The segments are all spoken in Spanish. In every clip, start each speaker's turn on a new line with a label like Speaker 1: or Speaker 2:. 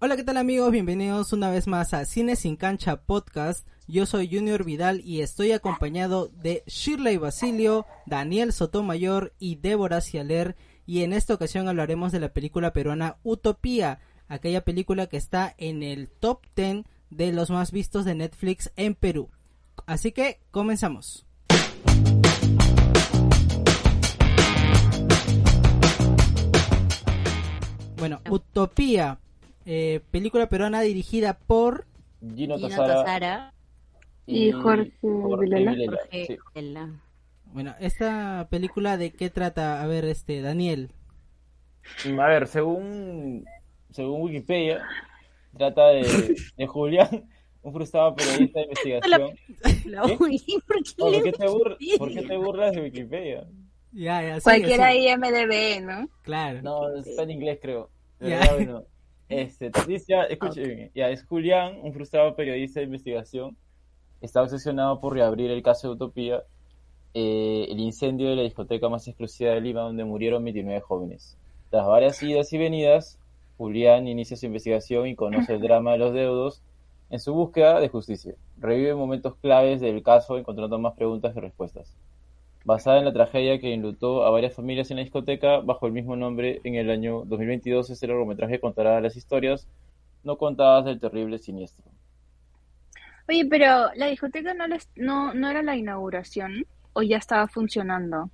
Speaker 1: Hola, ¿qué tal amigos? Bienvenidos una vez más a Cine sin Cancha Podcast. Yo soy Junior Vidal y estoy acompañado de Shirley Basilio, Daniel Sotomayor y Débora Cialer. Y en esta ocasión hablaremos de la película peruana Utopía, aquella película que está en el top 10 de los más vistos de Netflix en Perú. Así que comenzamos. Bueno, Utopía, eh, película peruana dirigida por...
Speaker 2: Gino,
Speaker 3: Gino
Speaker 2: Tazara
Speaker 3: Tazara.
Speaker 4: Y Jorge Vilela.
Speaker 3: Jorge
Speaker 2: sí.
Speaker 3: Vela.
Speaker 1: Bueno, esta película de qué trata, a ver, este, Daniel.
Speaker 2: Mm, A ver, según, según Wikipedia, trata de, de Julián, un frustrado periodista de investigación.
Speaker 3: La Uri, ¿por qué
Speaker 2: Oh, ¿por,
Speaker 3: le-
Speaker 2: qué te burla- por qué te burlas de Wikipedia?
Speaker 1: Ya, ya, sigue,
Speaker 4: Cualquiera
Speaker 1: sigue.
Speaker 4: IMDB, ¿no?
Speaker 1: Claro.
Speaker 2: No, está en inglés, creo. De
Speaker 1: Ya.
Speaker 2: verdad, bueno. Este, Patricia, escuche bien. Ya, es Julián, un frustrado periodista de investigación. Está obsesionado por reabrir el caso de Utopía, eh, el incendio de la discoteca más exclusiva de Lima, donde murieron 29 jóvenes. Tras varias idas y venidas, Julián inicia su investigación y conoce el drama de los deudos en su búsqueda de justicia. Revive momentos claves del caso, encontrando más preguntas que respuestas basada en la tragedia que enlutó a varias familias en la discoteca bajo el mismo nombre en el año 2022. Este largometraje contará las historias no contadas del terrible siniestro.
Speaker 4: Oye, pero la discoteca no, les- no, no era la inauguración o ya estaba funcionando.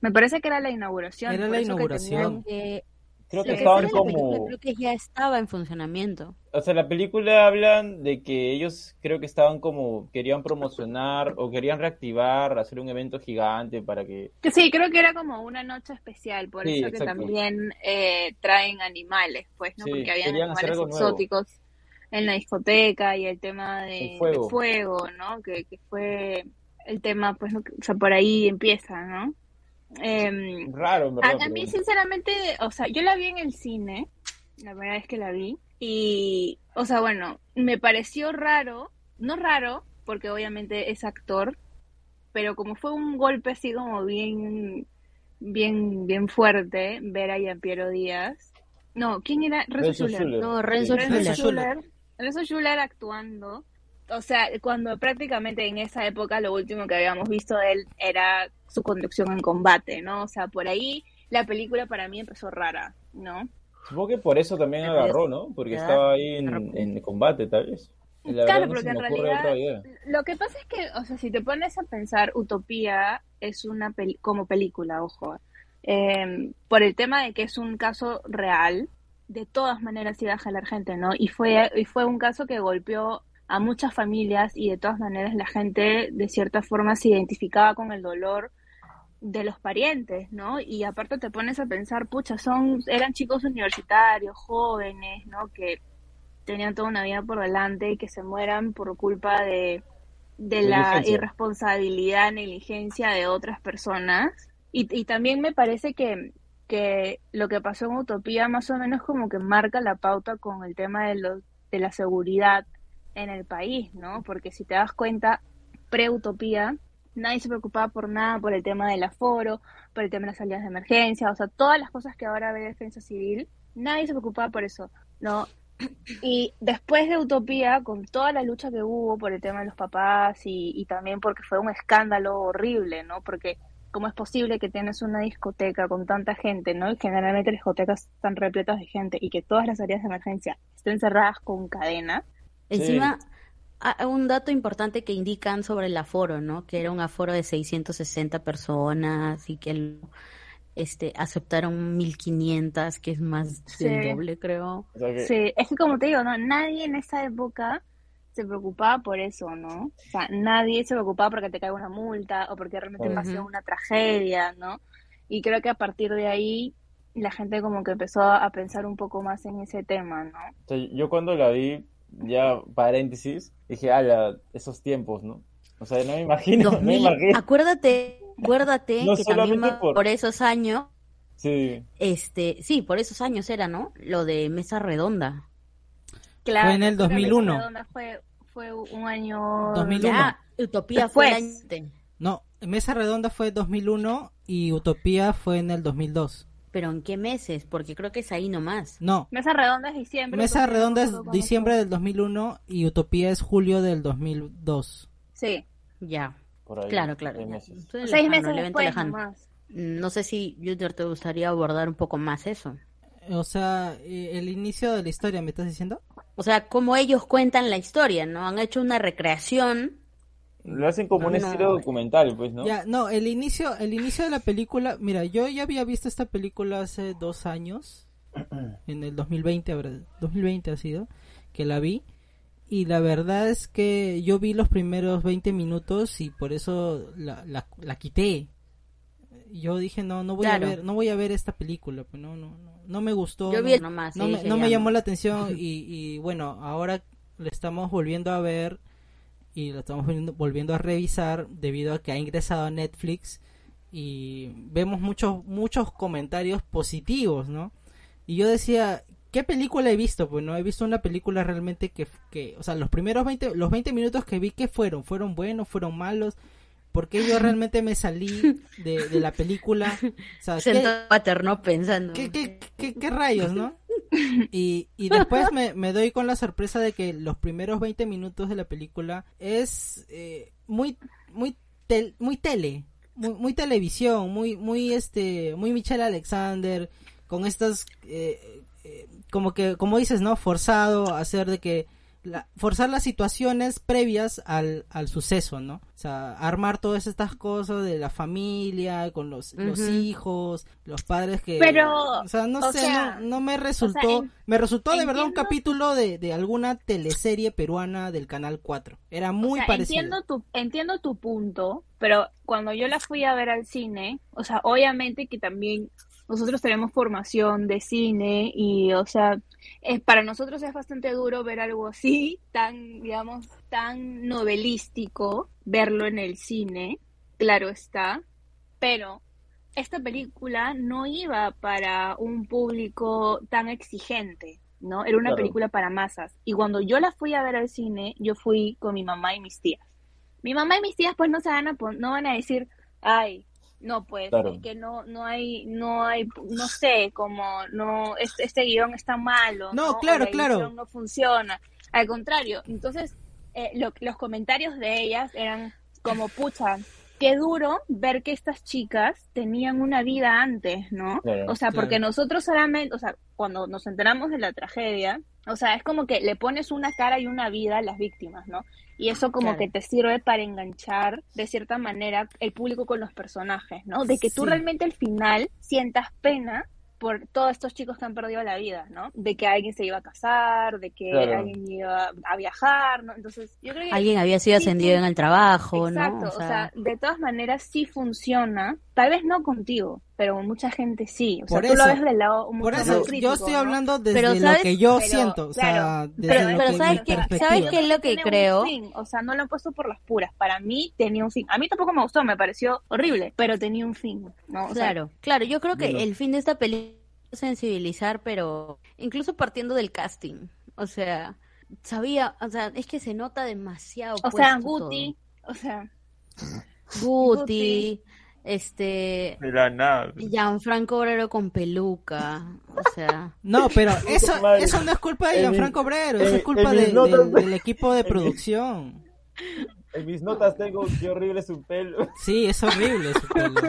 Speaker 4: Me parece que era la inauguración.
Speaker 1: Era
Speaker 4: por
Speaker 1: la
Speaker 4: eso que
Speaker 1: inauguración.
Speaker 3: Eh,
Speaker 2: Creo que
Speaker 3: lo
Speaker 2: estaban
Speaker 3: sale en la película,
Speaker 2: como...
Speaker 3: Creo que ya estaba en funcionamiento.
Speaker 2: O sea, la película hablan de que ellos creo que estaban como... Querían promocionar o querían reactivar, hacer un evento gigante para que...
Speaker 4: tenían- Sí, creo que era como una noche especial, por
Speaker 2: Sí,
Speaker 4: eso que
Speaker 2: exacto.
Speaker 4: también eh, traen animales, pues, ¿no?
Speaker 2: Sí,
Speaker 4: Porque habían
Speaker 2: querían hacer
Speaker 4: animales
Speaker 2: algo nuevo.
Speaker 4: exóticos en la discoteca y el tema de
Speaker 2: El fuego.
Speaker 4: de fuego, ¿no? Que, que fue el tema, pues, ¿no? o sea, por ahí empieza, ¿no? Em,
Speaker 2: Raro, en
Speaker 4: A,
Speaker 3: Ah,
Speaker 2: verdad.
Speaker 4: a
Speaker 2: pero
Speaker 4: mí,
Speaker 2: bueno.
Speaker 4: sinceramente, o sea, yo la vi en el cine, la primera vez que la vi, y, o sea, bueno, me pareció raro, no raro, porque obviamente es actor, pero como fue un golpe así como bien, bien, bien fuerte ver a Gianpiero Díaz. No, ¿quién era?
Speaker 2: Renzo
Speaker 4: Schuller.
Speaker 2: Schuller.
Speaker 3: No, Renzo
Speaker 2: Sí.
Speaker 1: Renzo
Speaker 3: Schuller.
Speaker 1: Schuller.
Speaker 4: Renzo Schuller actuando. O sea, cuando prácticamente en esa época lo último que habíamos visto de él era su conducción en combate, ¿no? O sea, por ahí la película para mí empezó rara, ¿no?
Speaker 2: Supongo que por eso también agarró, ¿no? Porque estaba ahí
Speaker 3: pues.
Speaker 2: en, en combate, tal vez. La verdad no
Speaker 4: Claro, porque
Speaker 2: se me
Speaker 4: en
Speaker 2: ocurre
Speaker 4: realidad-
Speaker 2: otra idea.
Speaker 4: Lo que pasa es que, o sea, si te pones a pensar, Utopía es una peli como película, ojo, eh, por el tema de que es un caso real, de todas maneras iba a jalar gente, ¿no? Y fue, y fue un caso que golpeó a muchas familias y de todas maneras la gente de cierta forma se identificaba con el dolor de los parientes, ¿no? Y aparte te pones a pensar, pucha, son, eran chicos universitarios, jóvenes, ¿no? Que tenían toda una vida por delante y que se mueran por culpa de, de la
Speaker 2: Negligencia.
Speaker 4: irresponsabilidad, negligencia de otras personas. Y, y también me parece que, que lo que pasó en Utopía más o menos como que marca la pauta con el tema de, los, de la seguridad en el país, ¿no? Porque si te das cuenta, pre-Utopía, nadie se preocupaba por nada, por el tema del aforo, por el tema de las salidas de emergencia, o sea, todas las cosas que ahora ve Defensa Civil, nadie se preocupaba por eso, ¿no? Y después de Utopía, con toda la lucha que hubo por el tema de los papás y, y también porque fue un escándalo horrible, ¿no? Porque cómo es posible que tienes una discoteca con tanta gente, ¿no? Y generalmente las discotecas están repletas de gente y que todas las salidas de emergencia estén cerradas con cadena.
Speaker 3: Encima, a- a un dato importante que indican sobre el aforo, ¿no? Que era un aforo de 660 personas y que el- este, aceptaron 1500, que es más del
Speaker 4: Sí.
Speaker 3: doble, creo.
Speaker 2: O sea que-
Speaker 4: Sí, es que como te digo, no, nadie en esa época se preocupaba por eso, ¿no? O sea, nadie se preocupaba porque te caiga una multa o porque realmente
Speaker 2: Ujú.
Speaker 4: pasó una tragedia, ¿no? Y creo que a partir de ahí la gente como que empezó a pensar un poco más en ese tema, ¿no?
Speaker 2: O sea, yo cuando la vi, ya paréntesis, dije, ala, esos tiempos, ¿no? O sea, no me imagino, no me
Speaker 3: 2000,
Speaker 2: imagino.
Speaker 3: acuérdate, acuérdate
Speaker 2: No
Speaker 3: que también
Speaker 2: solamente
Speaker 3: va-
Speaker 2: por-
Speaker 3: por... esos años,
Speaker 2: Sí,
Speaker 3: este, sí, por esos años era, ¿no? Lo de mesa redonda.
Speaker 4: Claro,
Speaker 1: Fue en el
Speaker 4: pero
Speaker 1: 2001.
Speaker 4: Mesa Redonda Fue, fue un año...
Speaker 1: 2001.
Speaker 3: Ya, Utopía fue el año
Speaker 4: Después.
Speaker 3: antes.
Speaker 1: No, Mesa Redonda fue 2001 y Utopía fue en el 2002.
Speaker 3: pero ¿en qué meses? Porque creo que es ahí nomás.
Speaker 1: No,
Speaker 4: Mesa Redonda es diciembre.
Speaker 1: Mesa
Speaker 4: porque no
Speaker 1: Redonda es
Speaker 4: recuerdo cuándo
Speaker 1: diciembre del 2001 y Utopía es julio del 2002.
Speaker 4: fue. Sí,
Speaker 3: Ya,
Speaker 2: por ahí.
Speaker 3: claro, claro.
Speaker 2: seis
Speaker 3: ya.
Speaker 2: meses.
Speaker 3: Estoy
Speaker 4: seis
Speaker 3: lejano,
Speaker 4: meses
Speaker 3: el evento
Speaker 4: después
Speaker 3: lejano. Mm,
Speaker 4: nomás.
Speaker 3: No sé si, Junior, te gustaría abordar un poco más eso.
Speaker 1: O sea, eh, el inicio de la historia, ¿me estás diciendo?
Speaker 3: O sea, cómo ellos cuentan la historia, ¿no? Han hecho una recreación.
Speaker 2: Lo hacen como un
Speaker 3: No,
Speaker 2: estilo
Speaker 3: no.
Speaker 2: documental, pues, ¿no?
Speaker 1: Ya, no, el inicio, el inicio de la película, mira, yo ya había visto esta película hace dos años, en el 2020, habrá- 2020 ha sido, que la vi, y la verdad es que yo vi los primeros 20 minutos y por eso la, la, la quité. Yo dije, no, no voy
Speaker 3: Claro.
Speaker 1: a ver, no voy a ver esta película, pues no, no, no, no me gustó.
Speaker 3: Yo
Speaker 1: no-
Speaker 3: vi el nomás.
Speaker 1: no
Speaker 3: y
Speaker 1: me,
Speaker 3: dije,
Speaker 1: no me
Speaker 3: ya,
Speaker 1: llamó la atención y, y, bueno, ahora le estamos volviendo a ver y lo estamos volviendo, volviendo a revisar debido a que ha ingresado a Netflix y vemos muchos muchos comentarios positivos, ¿no? Y yo decía, ¿qué película he visto? Pues no he visto una película realmente que, que o sea, los primeros 20, los 20 minutos que vi, ¿qué fueron? ¿Fueron buenos? ¿Fueron malos? Porque yo realmente me salí de, de la película? O sea, ¿qué-
Speaker 3: Sentado en water, ¿no? Pensando.
Speaker 1: ¿Qué, qué, qué, qué rayos, no? Y, y después me, me doy con la sorpresa de que los primeros 20 minutos de la película es eh, muy muy tel- muy tele, muy, muy televisión, muy muy este muy Michelle Alexander con estas eh, eh, como que como dices, ¿no? forzado a hacer de que la- forzar las situaciones previas al, al suceso, ¿no? O sea, armar todas estas cosas de la familia, con los, los
Speaker 3: Ujú.
Speaker 1: hijos, los padres que...
Speaker 4: Pero,
Speaker 1: o sea, no
Speaker 4: o
Speaker 1: sé,
Speaker 4: sea,
Speaker 1: no, no me resultó...
Speaker 4: en-
Speaker 1: me resultó de verdad un
Speaker 4: entiendo-
Speaker 1: capítulo de, de alguna teleserie peruana del Canal 4. Era muy
Speaker 4: O sea,
Speaker 1: parecido.
Speaker 4: Entiendo tu, entiendo tu punto, pero cuando yo la fui a ver al cine, o sea, obviamente que también nosotros tenemos formación de cine y, o sea, es, para nosotros es bastante duro ver algo así, tan, digamos, tan novelístico, verlo en el cine, claro está, pero esta película no iba para un público tan exigente, ¿no? Era una
Speaker 2: Claro.
Speaker 4: película para masas. Y cuando yo la fui a ver al cine, yo fui con mi mamá y mis tías. Mi mamá y mis tías pues no se van a pon- no van a decir, "Ay, no pues,
Speaker 2: Claro.
Speaker 4: es que no no hay no hay no sé, como no este, este guión está malo,
Speaker 1: No,
Speaker 4: O
Speaker 1: claro,
Speaker 4: la
Speaker 1: claro.
Speaker 4: edición no funciona." Al contrario, entonces eh, lo- los comentarios de ellas eran como, "Pucha, qué duro ver que estas chicas tenían una vida antes, ¿no?
Speaker 2: Claro,
Speaker 4: o sea,
Speaker 1: claro.
Speaker 4: porque nosotros solamente, o sea, cuando nos enteramos de la tragedia, o sea, es como que le pones una cara y una vida a las víctimas, ¿no? Y eso como
Speaker 3: Claro.
Speaker 4: que te sirve para enganchar de cierta manera el público con los personajes, ¿no? De que tú
Speaker 1: Sí.
Speaker 4: realmente al final sientas pena por todos estos chicos que han perdido la vida, ¿no? De que alguien se iba a casar, de que
Speaker 2: Claro.
Speaker 4: alguien iba a viajar, ¿no? Entonces, yo creo que
Speaker 3: Alguien había sido
Speaker 4: Sí,
Speaker 3: ascendido
Speaker 4: sí.
Speaker 3: en el trabajo,
Speaker 4: Exacto,
Speaker 3: ¿no?
Speaker 4: o, sea... de todas maneras sí funciona, tal vez no contigo, pero con mucha gente sí, o sea,
Speaker 1: Por
Speaker 4: tú lo
Speaker 1: eso,
Speaker 4: ves del lado mucho
Speaker 1: Por
Speaker 4: más
Speaker 1: eso
Speaker 4: crítico,
Speaker 1: yo estoy
Speaker 4: ¿no?
Speaker 1: hablando desde
Speaker 3: Pero,
Speaker 1: lo
Speaker 3: ¿sabes?
Speaker 1: que yo
Speaker 4: Pero,
Speaker 1: siento, o sea,
Speaker 4: claro,
Speaker 1: desde
Speaker 4: pero-
Speaker 1: lo
Speaker 3: pero
Speaker 1: que mi
Speaker 3: ¿sabes qué?
Speaker 1: perspectiva.
Speaker 3: ¿Sabes qué? es lo que
Speaker 4: Tiene un
Speaker 3: creo?
Speaker 4: fin, o sea, no lo han puesto por las puras. Para mí tenía un fin. A mí tampoco me gustó, me pareció horrible, pero tenía un fin, ¿no? O sea,
Speaker 3: Claro, claro, yo creo que
Speaker 2: Bueno.
Speaker 3: el fin de esta película es sensibilizar, pero incluso partiendo del casting, o sea, sabía, o sea, es que se nota demasiado.
Speaker 4: o sea,
Speaker 3: puesto
Speaker 4: Guti, o sea,
Speaker 3: todo. Guti,
Speaker 4: Guti.
Speaker 3: este,
Speaker 2: De la nada.
Speaker 3: Gianfranco Obrero con peluca, o sea,
Speaker 1: No, pero eso,
Speaker 2: madre.
Speaker 1: eso no es culpa de
Speaker 2: En mi-
Speaker 1: Gianfranco Obrero, eso
Speaker 2: en-
Speaker 1: es culpa
Speaker 2: en mis
Speaker 1: de-
Speaker 2: notas-
Speaker 1: del- del equipo de producción.
Speaker 2: En mis notas tengo qué horrible su pelo.
Speaker 1: Sí, es horrible su pelo.
Speaker 2: O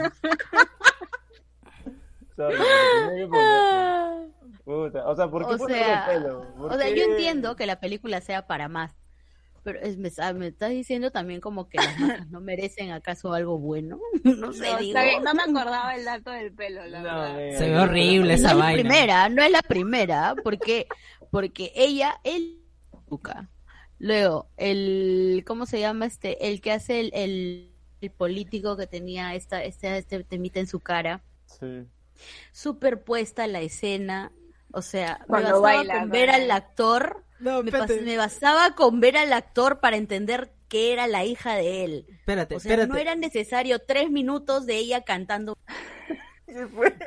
Speaker 2: sea, lo que tenía que ponerle. Puta, O sea, ¿por qué
Speaker 3: o
Speaker 2: ponerle
Speaker 3: sea,
Speaker 2: pelo? ¿Por
Speaker 3: o sea,
Speaker 2: qué?
Speaker 3: yo entiendo que la película sea para más, pero es, me, ah, me estás diciendo también como que las masas no merecen acaso algo bueno, no sé,
Speaker 4: no,
Speaker 3: digo.
Speaker 4: está bien, no me acordaba el dato del pelo, la
Speaker 2: No,
Speaker 4: verdad.
Speaker 2: mira,
Speaker 1: Se ve
Speaker 2: yo-
Speaker 1: horrible esa
Speaker 3: no es
Speaker 1: vaina.
Speaker 3: la primera, no es la primera, porque porque ella él Luca. Luego el ¿cómo se llama este? El que hace el, el, el político que tenía esta este este temita en su cara.
Speaker 2: Sí.
Speaker 3: superpuesta la escena. O sea,
Speaker 4: Cuando
Speaker 3: me basaba
Speaker 4: baila,
Speaker 3: con
Speaker 4: ¿no?
Speaker 3: ver al actor.
Speaker 1: No,
Speaker 3: me,
Speaker 1: espérate.
Speaker 3: pas- me basaba con ver al actor para entender que era la hija de él.
Speaker 1: Espérate,
Speaker 3: O sea,
Speaker 1: espérate.
Speaker 3: no era necesario tres minutos de ella cantando.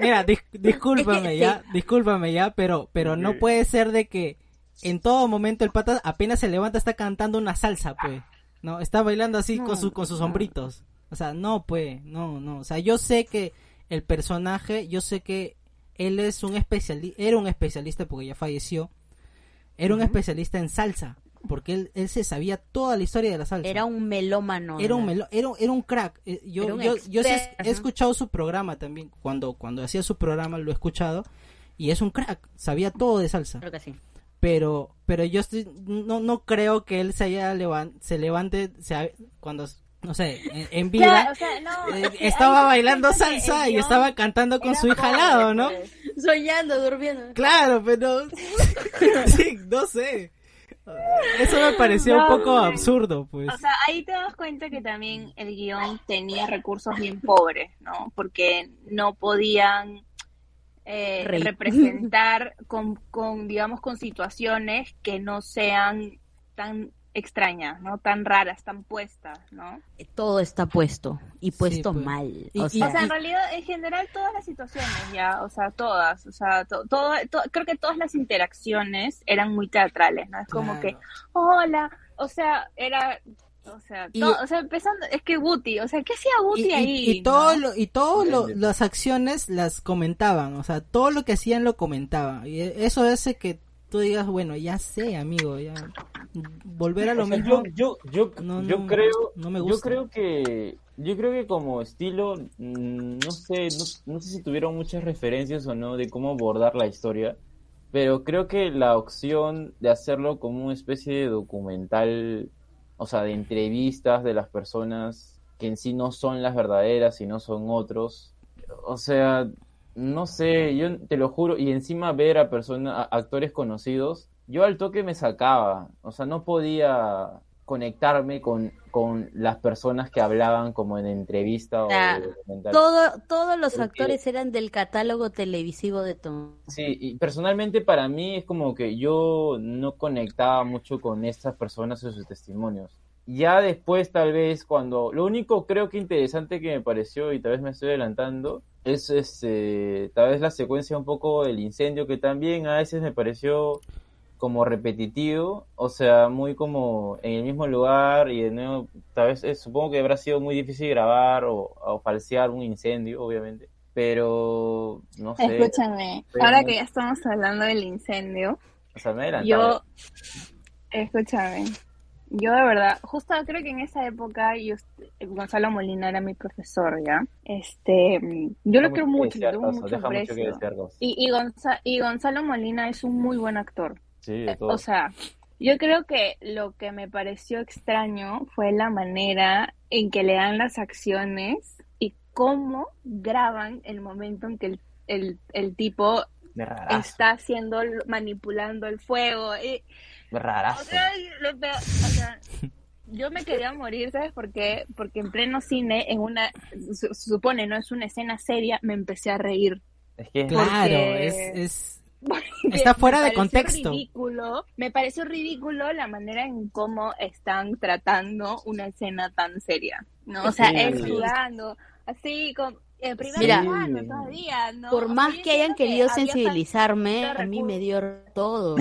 Speaker 1: Mira, dis- discúlpame
Speaker 3: Sí.
Speaker 1: ya, discúlpame ya, pero, pero no puede ser de que en todo momento el pata apenas se levanta está cantando una salsa, pues. No, está bailando así
Speaker 3: No,
Speaker 1: con, su, con sus
Speaker 3: no.
Speaker 1: hombritos. O sea, no, pues, no, no. O sea, yo sé que el personaje, yo sé que él es un especialista, era un especialista porque ya falleció, era un especialista en salsa, porque él, él se sabía toda la historia de la salsa.
Speaker 3: Era un melómano.
Speaker 1: Era un,
Speaker 3: ¿verdad?
Speaker 1: melo- era, un- era un crack. Eh, Yo,
Speaker 3: Era un
Speaker 1: yo, yo sí es-
Speaker 3: experto.
Speaker 1: he escuchado su programa también. Cuando, cuando hacía su programa lo he escuchado. Y es un crack. Sabía todo de salsa.
Speaker 3: Creo que sí.
Speaker 1: Pero, pero yo estoy- no, no creo que él se, haya levan- se levante se ha- cuando, no sé, en, en vida.
Speaker 4: Claro, o sea, no,
Speaker 1: eh,
Speaker 4: es que
Speaker 1: estaba
Speaker 4: hay-
Speaker 1: bailando
Speaker 4: es que el
Speaker 1: salsa y
Speaker 4: guión
Speaker 1: estaba cantando con
Speaker 4: era
Speaker 1: su hija al
Speaker 4: pobre,
Speaker 1: lado, ¿no?
Speaker 4: pues.
Speaker 3: Soñando, durmiendo.
Speaker 1: Claro, pero... sí, no sé. Eso me pareció un
Speaker 4: No,
Speaker 1: poco
Speaker 4: pues.
Speaker 1: absurdo, pues.
Speaker 4: O sea, ahí te das cuenta que también el guión tenía recursos bien pobres, ¿no? Porque no podían eh,
Speaker 3: Reír.
Speaker 4: representar con, con, digamos, con situaciones que no sean tan extrañas, ¿no? Tan raras, tan puestas, ¿no?
Speaker 3: Todo está puesto. Y
Speaker 1: Sí,
Speaker 3: puesto
Speaker 1: pues.
Speaker 3: mal.
Speaker 1: Y-
Speaker 3: o
Speaker 1: y-
Speaker 3: sea,
Speaker 4: O sea, en realidad, en general, todas las situaciones, ya, o sea, todas, o sea, to- todo, to- creo que todas las interacciones eran muy teatrales, ¿no? Es como que,
Speaker 1: Claro.
Speaker 4: hola, o sea, era, o sea,
Speaker 1: Y-
Speaker 4: to- o sea, empezando, es que Buti, o sea, ¿qué hacía Buti
Speaker 1: y, y-
Speaker 4: ahí?
Speaker 1: y todo
Speaker 4: no?
Speaker 1: lo- y todas
Speaker 2: Depende.
Speaker 1: las acciones las comentaban, o sea, todo lo que hacían lo comentaban. Y e- eso hace que tú digas, bueno, ya sé, amigo, ya volver a lo
Speaker 2: O sea,
Speaker 1: mismo.
Speaker 2: yo, yo, yo,
Speaker 1: No,
Speaker 2: yo
Speaker 1: no,
Speaker 2: creo,
Speaker 1: no me
Speaker 2: yo
Speaker 1: gusta.
Speaker 2: creo que, yo creo que como estilo, mm, no sé, no, no sé si tuvieron muchas referencias o no de cómo abordar la historia, pero creo que la opción de hacerlo como una especie de documental, o sea, de entrevistas de las personas que en sí no son las verdaderas, sino son otros, o sea, no sé, yo te lo juro, y encima ver a personas, a- actores conocidos, yo al toque me sacaba, o sea, no podía conectarme con, con las personas que hablaban como en entrevista o
Speaker 3: Ah,
Speaker 2: documental.
Speaker 3: todo, todos los
Speaker 2: Porque-
Speaker 3: actores eran del catálogo televisivo de Tom.
Speaker 2: Sí, y personalmente para mí es como que yo no conectaba mucho con estas personas y sus testimonios. Ya después, tal vez, cuando. Lo único creo que interesante que me pareció, y tal vez me estoy adelantando, es este, tal vez la secuencia un poco del incendio, que también a veces me pareció como repetitivo, o sea, muy como en el mismo lugar, y de nuevo, tal vez eh, supongo que habrá sido muy difícil grabar o, o falsear un incendio, obviamente. Pero no sé.
Speaker 4: Escúchame,
Speaker 2: Sí.
Speaker 4: ahora que ya estamos hablando del incendio,
Speaker 2: O sea, me adelantaba.
Speaker 4: yo, escúchame, yo de verdad, justo creo que en esa época yo, Gonzalo Molina era mi profesor, ¿ya? Este, yo lo quiero mucho, le
Speaker 2: Deja
Speaker 4: tengo
Speaker 2: mucho que
Speaker 4: mucho
Speaker 2: desear, Rosa, deja mucho que
Speaker 4: aprecio.
Speaker 2: desear, Rosa.
Speaker 4: Y, y, Gonza- y Gonzalo Molina es un muy buen actor.
Speaker 2: Sí, de
Speaker 4: Eh,
Speaker 2: todo.
Speaker 4: O sea, yo creo que lo que me pareció extraño fue la manera en que le dan las acciones y cómo graban el momento en que el, el, el tipo
Speaker 2: de rarazo,
Speaker 4: está haciendo, manipulando el fuego. Y,
Speaker 2: de
Speaker 4: o
Speaker 2: rarazo.
Speaker 4: sea, lo peor- o sea, yo me quería morir, ¿sabes por qué? Porque en pleno cine, en una, se supone, no es una escena seria, me empecé a reír.
Speaker 2: Es que es-
Speaker 1: Claro,
Speaker 4: porque-
Speaker 1: es, es-
Speaker 4: que
Speaker 1: Está fuera
Speaker 4: me
Speaker 1: de
Speaker 4: pareció
Speaker 1: contexto.
Speaker 4: ridículo- me pareció ridículo la manera en cómo están tratando una escena tan seria. ¿no? O sea,
Speaker 2: Sí.
Speaker 4: él sudando, así, con eh, el primer
Speaker 3: Mira,
Speaker 4: plano todavía, ¿no? O
Speaker 3: Por
Speaker 4: sea,
Speaker 3: más
Speaker 4: yo
Speaker 3: que hayan
Speaker 4: siento que
Speaker 3: querido
Speaker 4: había
Speaker 3: sensibilizarme,
Speaker 4: falta de
Speaker 3: a mí me
Speaker 4: recursos.
Speaker 3: dio todo.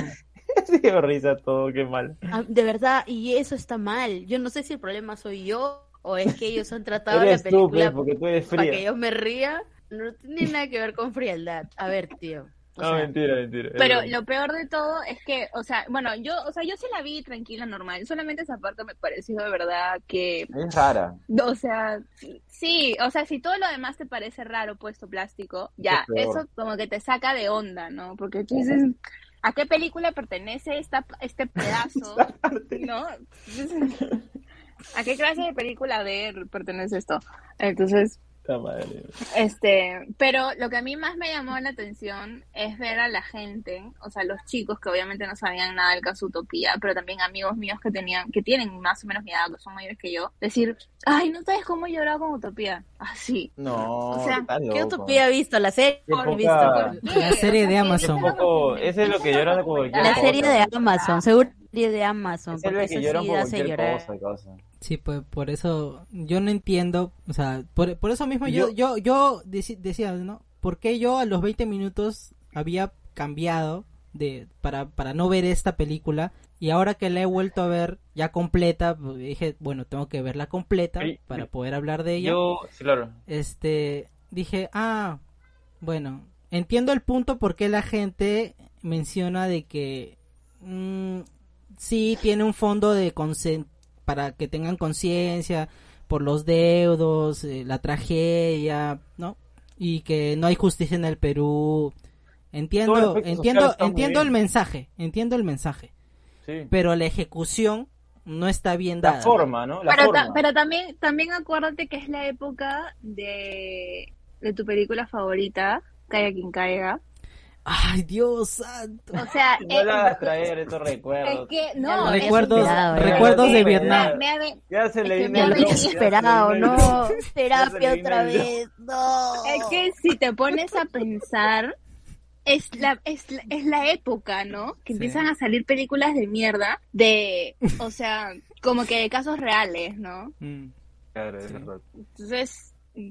Speaker 2: sí, me risa todo, qué mal.
Speaker 3: Ah, De verdad, y eso está mal. Yo no sé si el problema soy yo o es que ellos han tratado la
Speaker 2: Eres tú,
Speaker 3: película
Speaker 2: pues, porque tú eres
Speaker 3: para
Speaker 2: fría.
Speaker 3: que yo me ría. No tiene nada que ver con frialdad. A ver, tío. O
Speaker 2: No,
Speaker 3: sea,
Speaker 2: mentira, mentira. es
Speaker 4: Pero
Speaker 2: broma.
Speaker 4: lo peor de todo es que, o sea, bueno, yo, o sea, yo sí la vi tranquila, normal. Solamente esa parte me pareció de verdad que,
Speaker 2: Es rara.
Speaker 4: o sea, sí, o sea, si todo lo demás te parece raro puesto plástico, ya,
Speaker 2: Es peor.
Speaker 4: eso como que te saca de onda, ¿no? Porque tú dices, ¿a qué película pertenece esta, este pedazo? ¿No? Dices, ¿A qué clase de película ver pertenece esto? Entonces,
Speaker 2: La madre.
Speaker 4: Este, pero lo que a mí más me llamó la atención es ver a la gente, o sea, los chicos que obviamente no sabían nada del caso Utopía, pero también amigos míos que tenían, que tienen más o menos mi edad, que son mayores que yo, decir, ay, no sabes cómo he llorado con Utopía. Así.
Speaker 2: No,
Speaker 3: O sea,
Speaker 2: está
Speaker 3: ¿Qué
Speaker 2: loco.
Speaker 3: utopía ha visto? La serie.
Speaker 2: Qué
Speaker 3: he
Speaker 2: poca-
Speaker 3: visto.
Speaker 1: La serie de Amazon.
Speaker 2: Un poco- ese es lo que lloran por cualquier
Speaker 3: La serie de
Speaker 2: cosa.
Speaker 3: Amazon, seguro la serie de Amazon.
Speaker 2: Ese es
Speaker 3: porque
Speaker 2: lo que
Speaker 3: eso
Speaker 2: lloran
Speaker 3: sí
Speaker 2: por
Speaker 3: hace
Speaker 2: cualquier
Speaker 3: llorar.
Speaker 2: cosa, cosa.
Speaker 1: Sí, pues por eso yo no entiendo, o sea, por, por eso mismo yo yo yo deci- decía, ¿no? ¿Por qué yo a los 20 minutos había cambiado de para para no ver esta película y ahora que la he vuelto a ver ya completa, pues, dije, bueno, tengo que verla completa
Speaker 2: Pri-
Speaker 1: para
Speaker 2: pri-
Speaker 1: poder hablar de ella.
Speaker 2: Yo, sí, claro.
Speaker 1: Este, dije, ah, bueno, entiendo el punto por qué la gente menciona de que mm, sí tiene un fondo de consen- para que tengan conciencia por los deudos, eh, la tragedia, ¿no? Y que no hay justicia en el Perú.
Speaker 2: Todo el
Speaker 1: Entiendo,
Speaker 2: efecto social
Speaker 1: entiendo,
Speaker 2: está muy
Speaker 1: entiendo el
Speaker 2: bien.
Speaker 1: mensaje, entiendo el mensaje,
Speaker 2: Sí.
Speaker 1: pero la ejecución no está bien dada.
Speaker 2: La forma, ¿no? La
Speaker 4: pero, ta-
Speaker 2: forma.
Speaker 4: pero también, también acuérdate que es la época de, de tu película favorita, Caiga quien caiga.
Speaker 1: Ay, Dios santo.
Speaker 4: O sea,
Speaker 2: No
Speaker 4: eh,
Speaker 2: le hagas traer estos recuerdos.
Speaker 4: es que no. es-
Speaker 1: Recuerdos,
Speaker 3: superado, ya.
Speaker 1: recuerdos de
Speaker 2: Ya, ya, ya.
Speaker 1: Vietnam.
Speaker 4: me- me- me-
Speaker 2: Ya se le
Speaker 4: Es
Speaker 2: vino
Speaker 4: que me
Speaker 3: Ya
Speaker 2: el
Speaker 3: lo
Speaker 4: había
Speaker 2: look, ya se le
Speaker 3: desesperado,
Speaker 2: vino el
Speaker 3: no.
Speaker 2: look.
Speaker 3: Terapia
Speaker 2: vino
Speaker 3: otra
Speaker 2: el look.
Speaker 3: vez, no.
Speaker 4: Es que si te pones a pensar, es la, es la, es la época, ¿no?
Speaker 1: Sí.
Speaker 4: Que empiezan a salir películas de mierda, de, o sea, como que de casos reales, ¿no?
Speaker 1: Mm.
Speaker 2: Claro, es verdad.
Speaker 4: Entonces,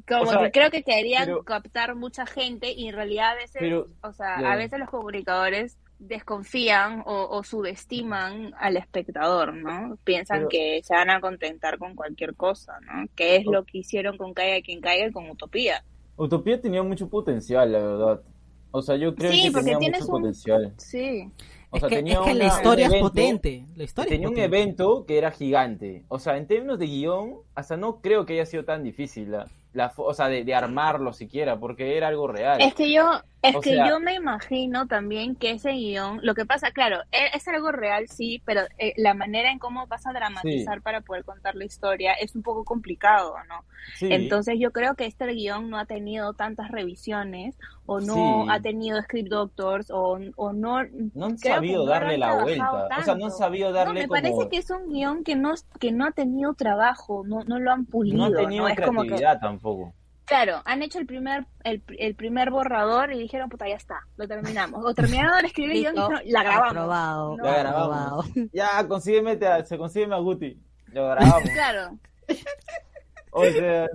Speaker 4: como
Speaker 2: O sea,
Speaker 4: que creo que querían
Speaker 2: pero-
Speaker 4: captar mucha gente y en realidad a veces,
Speaker 2: Pero-
Speaker 4: o sea,
Speaker 2: ya.
Speaker 4: a veces los comunicadores desconfían o, o subestiman al espectador, ¿no? Piensan
Speaker 2: Pero-
Speaker 4: que se van a contentar con cualquier cosa, ¿no? Que es lo que hicieron con Caiga quien caiga y con Utopía.
Speaker 2: Utopía tenía mucho potencial, la verdad. O sea, yo creo
Speaker 4: Sí,
Speaker 2: que
Speaker 4: porque
Speaker 2: tenía
Speaker 4: tienes
Speaker 2: mucho
Speaker 4: un-
Speaker 2: potencial.
Speaker 4: Sí.
Speaker 2: O sea,
Speaker 1: es que,
Speaker 2: tenía
Speaker 1: es que la
Speaker 2: una-
Speaker 1: historia
Speaker 2: un
Speaker 1: es
Speaker 2: evento-
Speaker 1: potente. La historia
Speaker 2: Tenía
Speaker 1: es
Speaker 2: un
Speaker 1: potente.
Speaker 2: evento que era gigante. O sea, en términos de guión, hasta no creo que haya sido tan difícil. La, la fo- o sea, de, de armarlo siquiera, porque era algo real.
Speaker 4: Es que yo, es
Speaker 2: O
Speaker 4: que
Speaker 2: sea-
Speaker 4: yo me imagino también que ese guión, lo que pasa, claro, e- es algo real, sí, pero eh, la manera en cómo vas a dramatizar para poder contar la historia es un poco complicado, ¿no?
Speaker 2: Sí.
Speaker 4: Entonces yo creo que este guión no ha tenido tantas revisiones o no
Speaker 2: Sí.
Speaker 4: ha tenido script doctors o, o no...
Speaker 2: no han
Speaker 4: creo que
Speaker 2: sabido
Speaker 4: no lo
Speaker 2: darle
Speaker 4: han
Speaker 2: la
Speaker 4: trabajado
Speaker 2: vuelta. O sea, no han
Speaker 4: tanto.
Speaker 2: sabido
Speaker 4: No,
Speaker 2: darle
Speaker 4: me
Speaker 2: como...
Speaker 4: parece que es un guión que no, que no ha tenido trabajo, no, no lo han pulido,
Speaker 2: no han tenido
Speaker 4: Es como que
Speaker 2: creatividad tampoco.
Speaker 4: Claro, han hecho el primer el, el primer borrador y dijeron, puta, ya está, lo terminamos. O terminaron de escribir y yo
Speaker 3: Listo,
Speaker 4: dijeron, la grabamos.
Speaker 3: Aprobado,
Speaker 4: No.
Speaker 2: La grabamos.
Speaker 3: aprobado.
Speaker 4: Mm.
Speaker 2: Ya, consígueme, a- se consígueme a Guti. Lo grabamos.
Speaker 4: Claro,
Speaker 2: O sea,